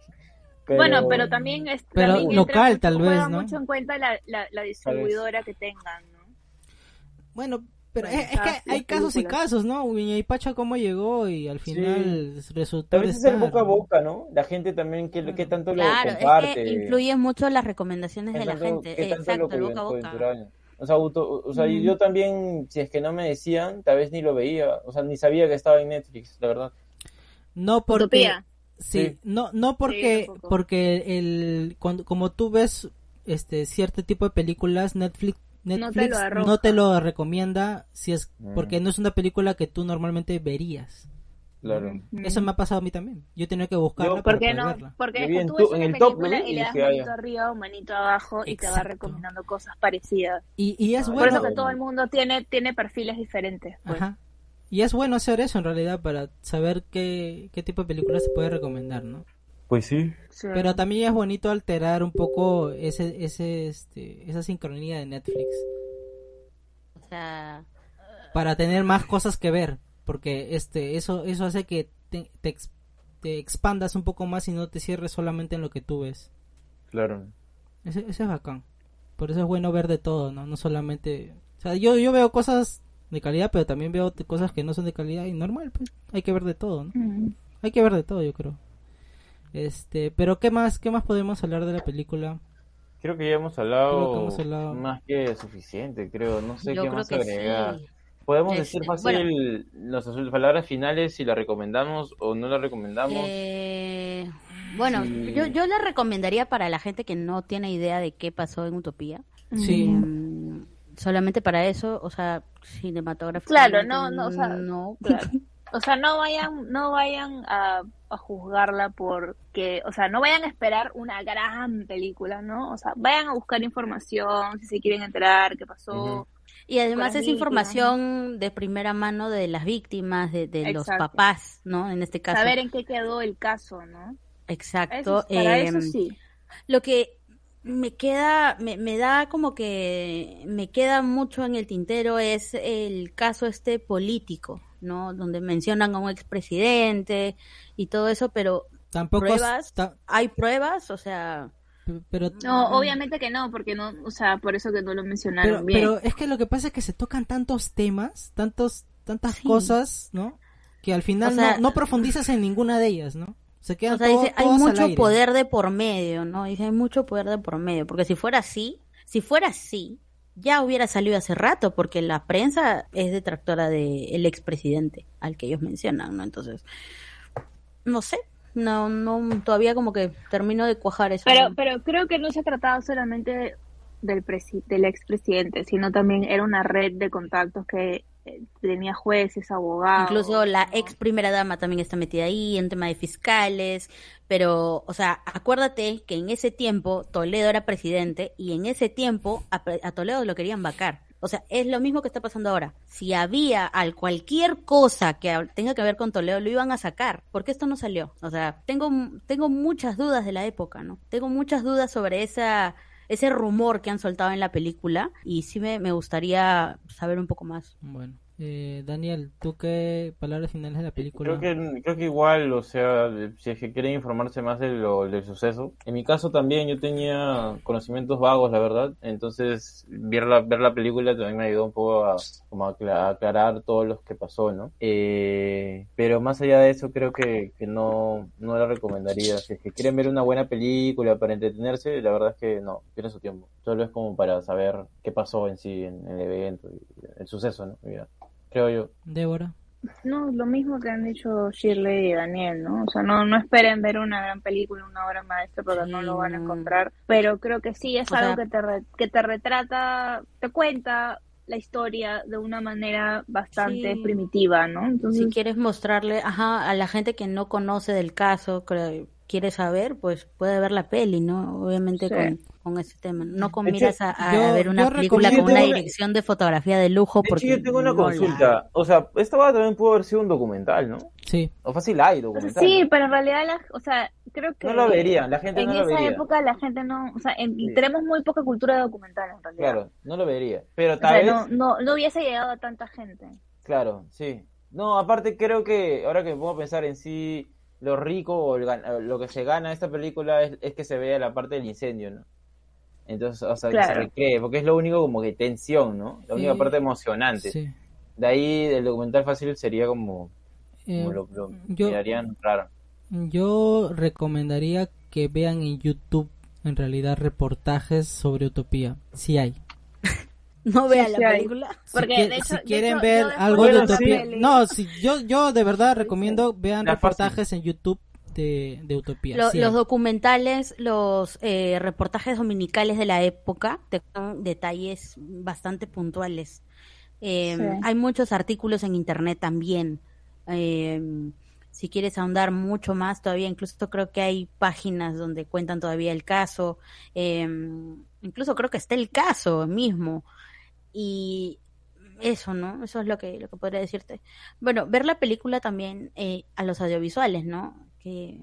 Speaker 2: Pero-
Speaker 4: Bueno, pero también... Es,
Speaker 1: Pero
Speaker 4: también entra
Speaker 1: local,
Speaker 4: mucho-
Speaker 1: tal vez,
Speaker 4: juega
Speaker 1: ¿no?
Speaker 4: mucho en cuenta la, la, la distribuidora que tengan, ¿no?
Speaker 1: Bueno, pero
Speaker 4: Bueno,
Speaker 1: es, es
Speaker 4: cada-
Speaker 1: que hay
Speaker 4: las
Speaker 1: casos y
Speaker 4: películas.
Speaker 1: casos, ¿no? Uña y Pacha cómo llegó y al final resultó
Speaker 2: a veces
Speaker 1: de
Speaker 2: el
Speaker 1: estar,
Speaker 2: boca a
Speaker 1: ¿no?
Speaker 2: boca, ¿no? La gente también, ¿qué, qué tanto lo
Speaker 3: Mm, Claro,
Speaker 2: comparte?
Speaker 3: es que influyen mucho las recomendaciones
Speaker 2: ¿Qué
Speaker 3: de la
Speaker 2: tanto-
Speaker 3: gente.
Speaker 2: qué
Speaker 3: Eh,
Speaker 2: tanto lo
Speaker 3: Exacto, el boca Mm. a boca.
Speaker 2: coyuntural? O sea, auto- o sea, yo también, si es que no me decían, tal vez ni lo veía, o sea, ni sabía que estaba en Netflix, la verdad.
Speaker 1: No porque
Speaker 4: Utopía.
Speaker 1: sí,
Speaker 2: Sí.
Speaker 1: no no
Speaker 4: Sí,
Speaker 1: porque
Speaker 4: yo tampoco.
Speaker 1: porque el cuando como tú ves este cierto tipo de películas Netflix
Speaker 4: No te
Speaker 1: Netflix
Speaker 4: lo
Speaker 1: no te lo,
Speaker 4: arroja.
Speaker 1: recomienda si es
Speaker 2: Mm.
Speaker 1: porque no es una película que tú normalmente verías.
Speaker 2: Claro.
Speaker 4: Mm.
Speaker 1: Eso me ha pasado a mí también. Yo tenía que
Speaker 2: Yo-
Speaker 1: buscarla
Speaker 4: ¿Por
Speaker 1: para
Speaker 4: qué
Speaker 1: poder
Speaker 4: no?
Speaker 1: verla.
Speaker 4: Porque
Speaker 2: Yo vi en
Speaker 4: tú
Speaker 2: tu-
Speaker 4: ves
Speaker 2: en
Speaker 4: una
Speaker 2: el top,
Speaker 4: película
Speaker 2: ¿no?
Speaker 4: y
Speaker 2: Y
Speaker 4: le das
Speaker 2: dije, ah,
Speaker 4: manito
Speaker 2: ya.
Speaker 4: arriba o manito abajo y te va
Speaker 1: Exacto.
Speaker 4: recomendando cosas parecidas.
Speaker 1: Y, y es
Speaker 2: Ah,
Speaker 4: Por
Speaker 1: bueno,
Speaker 4: eso que todo el mundo tiene, tiene perfiles diferentes. pues.
Speaker 1: ajá. Y es bueno hacer eso en realidad para saber qué, qué tipo de películas se puede recomendar, ¿no?
Speaker 2: Pues sí.
Speaker 4: Sí.
Speaker 1: Pero también es bonito alterar un poco ese, ese, este, esa sincronía de Netflix
Speaker 3: O sea,
Speaker 1: para tener más cosas que ver, porque este, eso, eso hace que te, te, ex- te expandas un poco más y no te cierres solamente en lo que tú ves.
Speaker 2: Claro.
Speaker 1: Eso, eso es bacán. Por eso es bueno ver de todo, ¿no? No solamente... O sea, yo, yo veo cosas de calidad, pero también veo t- cosas que no son de calidad y normal, pues hay que ver de todo, ¿no?
Speaker 4: Mm.
Speaker 1: Hay que ver de todo, yo creo. Este, pero ¿qué más, qué más podemos hablar de la película?
Speaker 2: Creo que ya hemos
Speaker 1: Creo
Speaker 2: hablado,
Speaker 1: que hemos hablado.
Speaker 2: más que suficiente, creo. No sé
Speaker 3: yo
Speaker 2: qué
Speaker 3: creo
Speaker 2: más
Speaker 3: que
Speaker 2: agregar.
Speaker 3: sí.
Speaker 2: Podemos
Speaker 3: Este,
Speaker 2: decir fácil las las palabras finales si la recomendamos o no la recomendamos.
Speaker 3: Eh, bueno,
Speaker 2: Sí.
Speaker 3: yo, yo le recomendaría para la gente que no tiene idea de qué pasó en Utopía.
Speaker 1: Sí.
Speaker 3: Mm, solamente para eso, o sea, cinematográfico.
Speaker 4: Claro, no, no, o sea,
Speaker 3: no.
Speaker 4: Claro. O sea, no vayan, no vayan a, a juzgarla porque, o sea, no vayan a esperar una gran película, ¿no? O sea, vayan a buscar información si se quieren enterar qué pasó.
Speaker 3: Y además
Speaker 4: Con las
Speaker 3: es información de primera mano de las víctimas, de, de los
Speaker 4: Exacto.
Speaker 3: papás, ¿no? En este caso.
Speaker 4: Saber en qué quedó el caso, ¿no?
Speaker 3: Exacto.
Speaker 4: Eso, para
Speaker 3: eh,
Speaker 1: em,
Speaker 4: eso sí.
Speaker 3: Lo que me queda, me, me da como que me queda mucho en el tintero es el caso este político, ¿no? Donde mencionan a un expresidente y todo eso, pero
Speaker 1: Tampoco
Speaker 3: pruebas.
Speaker 1: está-
Speaker 3: hay pruebas, o sea,
Speaker 1: pero,
Speaker 4: No, obviamente que no, porque no, o sea, por eso que no lo
Speaker 1: pero,
Speaker 4: mencionaron bien.
Speaker 1: pero es que lo que pasa es que se tocan tantos temas, tantos, tantas
Speaker 3: Sí.
Speaker 1: cosas, ¿no? que al final
Speaker 3: O sea-
Speaker 1: no, no profundizas en ninguna de ellas, ¿no? Se quedan
Speaker 3: O sea,
Speaker 1: todo-
Speaker 3: dice, hay
Speaker 1: todas al
Speaker 3: mucho
Speaker 1: aire.
Speaker 3: poder de por medio, ¿no? Dice, hay mucho poder de por medio. Porque si fuera así, si fuera así, ya hubiera salido hace rato, porque la prensa es detractora del expresidente al que ellos mencionan, ¿no? Entonces, no sé, no, no, todavía como que termino de cuajar eso.
Speaker 4: Pero,
Speaker 3: ¿no?
Speaker 4: pero creo que no se trataba solamente del, presi- del expresidente, sino también era una red de contactos que eh, tenía jueces, abogados.
Speaker 3: Incluso la
Speaker 4: ¿no?
Speaker 3: ex primera dama también está metida ahí en tema de fiscales, pero, o sea, acuérdate que en ese tiempo Toledo era presidente y en ese tiempo a, pre- a Toledo lo querían vacar. O sea, es lo mismo que está pasando ahora. Si había al cualquier cosa que hab- tenga que ver con Toledo, lo iban a sacar. porque esto no salió? O sea, tengo, tengo muchas dudas de la época, ¿no? Tengo muchas dudas sobre esa, ese rumor que han soltado en la película y sí me, me gustaría saber un poco más.
Speaker 1: Bueno, eh, Daniel, ¿tú qué palabras finales de la película?
Speaker 2: Eh, Creo que, creo que igual, o sea, de- si es que quieren informarse más de lo- del suceso. En mi caso también yo tenía conocimientos vagos, la verdad. Entonces, ver la, ver la película también me ayudó un poco a, como a acla- a aclarar todo lo que pasó, ¿no? Eh, pero más allá de eso, creo que, que no, no la recomendaría. Si es que quieren ver una buena película para entretenerse, la verdad es que no, pierden su tiempo. Solo es como para saber qué pasó en sí, en, el evento, y el suceso, ¿no? Mira, creo yo.
Speaker 1: Débora.
Speaker 4: No, lo mismo que han dicho Shirley y Daniel, ¿no? O sea, no, no esperen ver una gran película, una obra maestra, porque
Speaker 3: Sí,
Speaker 4: no lo van a
Speaker 3: no.
Speaker 4: encontrar. Pero creo que sí es
Speaker 3: Mm. O
Speaker 4: algo
Speaker 3: sea-
Speaker 4: que, te re- que te retrata, te cuenta la historia de una manera bastante
Speaker 3: Sí.
Speaker 4: primitiva, ¿no? Entonces,
Speaker 3: Si quieres mostrarle, ajá, a la gente que no conoce del caso, que quiere saber, pues puede ver la peli, ¿no? Obviamente
Speaker 4: Sí.
Speaker 3: con, con ese tema. No con
Speaker 2: De hecho,
Speaker 3: miras a, a
Speaker 1: yo-
Speaker 3: ver una
Speaker 1: yo
Speaker 3: película con
Speaker 2: recomiendo-
Speaker 3: una dirección de fotografía de lujo.
Speaker 2: De
Speaker 3: porque
Speaker 2: hecho, yo tengo una
Speaker 3: no la-
Speaker 2: consulta. O sea, esta vaga también pudo haber sido un documental, ¿no?
Speaker 1: Sí,
Speaker 2: O fácil hay
Speaker 4: o sea,
Speaker 2: documental.
Speaker 4: sí,
Speaker 2: ¿no?
Speaker 4: pero en realidad, la- o sea, creo que
Speaker 2: No lo verían, la gente
Speaker 4: en
Speaker 2: no lo
Speaker 4: esa
Speaker 2: vería.
Speaker 4: época la gente no, o sea, en-
Speaker 2: Sí.
Speaker 4: tenemos muy poca cultura documental en realidad.
Speaker 2: Claro, no lo vería. Pero
Speaker 4: O sea,
Speaker 2: tal
Speaker 4: no,
Speaker 2: vez,
Speaker 4: no, no hubiese llegado a tanta gente.
Speaker 2: claro, sí. No, aparte creo que ahora que me pongo a pensar en sí, lo rico o el gan- lo que se gana esta película es, es que se vea la parte del incendio, ¿no? Entonces, o sea, que se
Speaker 4: Claro.
Speaker 2: recree, porque es lo único como que tensión, ¿no? La única
Speaker 1: Sí.
Speaker 2: parte emocionante.
Speaker 1: sí.
Speaker 2: De ahí el documental fácil sería como,
Speaker 1: Eh,
Speaker 2: como lo, lo
Speaker 1: yo-
Speaker 2: mirarían raro.
Speaker 1: Yo recomendaría que vean en YouTube, en realidad, reportajes sobre Utopía. Si hay.
Speaker 3: No vea
Speaker 4: Sí,
Speaker 3: la
Speaker 4: sí hay.
Speaker 3: película.
Speaker 1: Si,
Speaker 4: Porque,
Speaker 1: quie-
Speaker 4: de hecho-
Speaker 1: si
Speaker 4: de
Speaker 1: quieren
Speaker 4: hecho,
Speaker 1: ver
Speaker 4: yo después
Speaker 1: algo
Speaker 2: de
Speaker 1: de
Speaker 2: la
Speaker 1: Utopía.
Speaker 4: peli-
Speaker 1: No, si, yo, yo de verdad recomiendo vean
Speaker 2: La fácil.
Speaker 1: reportajes en YouTube de, de Utopía.
Speaker 3: Lo-
Speaker 1: sí
Speaker 3: los
Speaker 1: hay.
Speaker 3: documentales, los eh, reportajes dominicales de la época, te dan detalles bastante puntuales. Eh,
Speaker 4: Sí.
Speaker 3: Hay muchos artículos en internet también. Eh, si quieres ahondar mucho más todavía, incluso creo que hay páginas donde cuentan todavía el caso. Eh, incluso creo que está el caso mismo. Y eso, ¿no? Eso es lo que, lo que podría decirte. Bueno, ver la película también eh, a los audiovisuales, ¿no? Que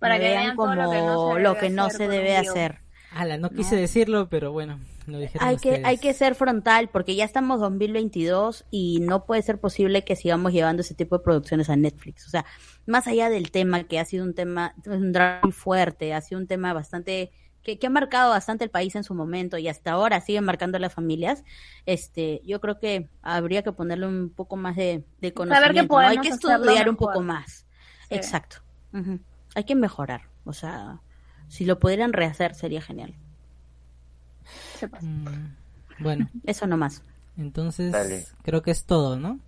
Speaker 4: Para
Speaker 3: me
Speaker 4: que vean todo lo que no se
Speaker 3: lo que no se
Speaker 4: debe hacer con un
Speaker 3: debe
Speaker 4: guión.
Speaker 3: hacer.
Speaker 1: Ala, no quise decirlo, pero bueno, lo dijeron
Speaker 3: Hay que,
Speaker 1: ustedes.
Speaker 3: hay que ser frontal porque ya estamos 2022 y no puede ser posible que sigamos llevando ese tipo de producciones a Netflix. O sea, más allá del tema que ha sido un tema, un drama muy fuerte, ha sido un tema bastante que, que ha marcado bastante el país en su momento y hasta ahora sigue marcando a las familias. Este, yo creo que habría que ponerle un poco más de, de conocimiento. ¿no? Hay
Speaker 4: podemos
Speaker 3: que
Speaker 4: hacerlo
Speaker 3: estudiar un
Speaker 4: mejor.
Speaker 3: poco más.
Speaker 4: Sí.
Speaker 3: Exacto. Ujú. Hay que mejorar. O sea, si lo pudieran rehacer sería genial.
Speaker 4: Se pasó.
Speaker 1: Mm, Bueno,
Speaker 3: Eso nomás.
Speaker 1: entonces
Speaker 2: Dale.
Speaker 1: creo que es todo, ¿no?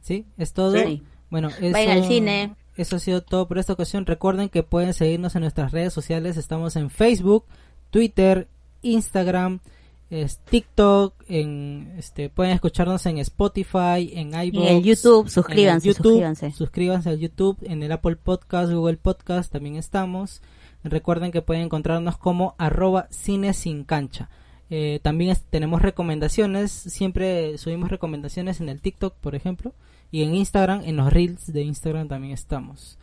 Speaker 1: ¿Sí? ¿Es todo?
Speaker 2: Sí.
Speaker 1: Bueno, eso,
Speaker 3: Vayan al cine.
Speaker 1: Eso ha sido todo por esta ocasión. Recuerden que pueden seguirnos en nuestras redes sociales. Estamos en Facebook, Twitter, Instagram, es, TikTok. En, este, pueden escucharnos en Spotify, en
Speaker 3: Y
Speaker 1: iVoox.
Speaker 3: en el YouTube,
Speaker 1: en el
Speaker 3: suscríbanse,
Speaker 1: YouTube,
Speaker 3: suscríbanse.
Speaker 1: suscríbanse al YouTube, en el Apple Podcast, Google Podcast, también estamos. Recuerden que pueden encontrarnos como arroba cine sin cancha. Eh, también es- tenemos recomendaciones, siempre subimos recomendaciones en el TikTok, por ejemplo, y en Instagram, en los reels de Instagram también estamos.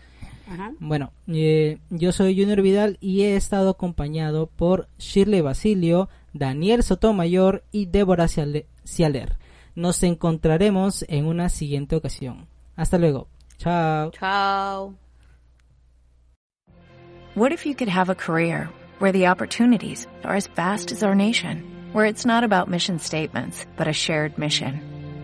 Speaker 3: Ajá.
Speaker 1: Bueno, eh, yo soy Junior Vidal y he estado acompañado por Shirley Basilio, Daniel Sotomayor y Débora Ciale- Cialer. Nos encontraremos en una siguiente ocasión. Hasta luego. Chao.
Speaker 3: Chao.
Speaker 5: What if you could have a career where the opportunities are as vast as our nation, where it's not about mission statements, but a shared mission?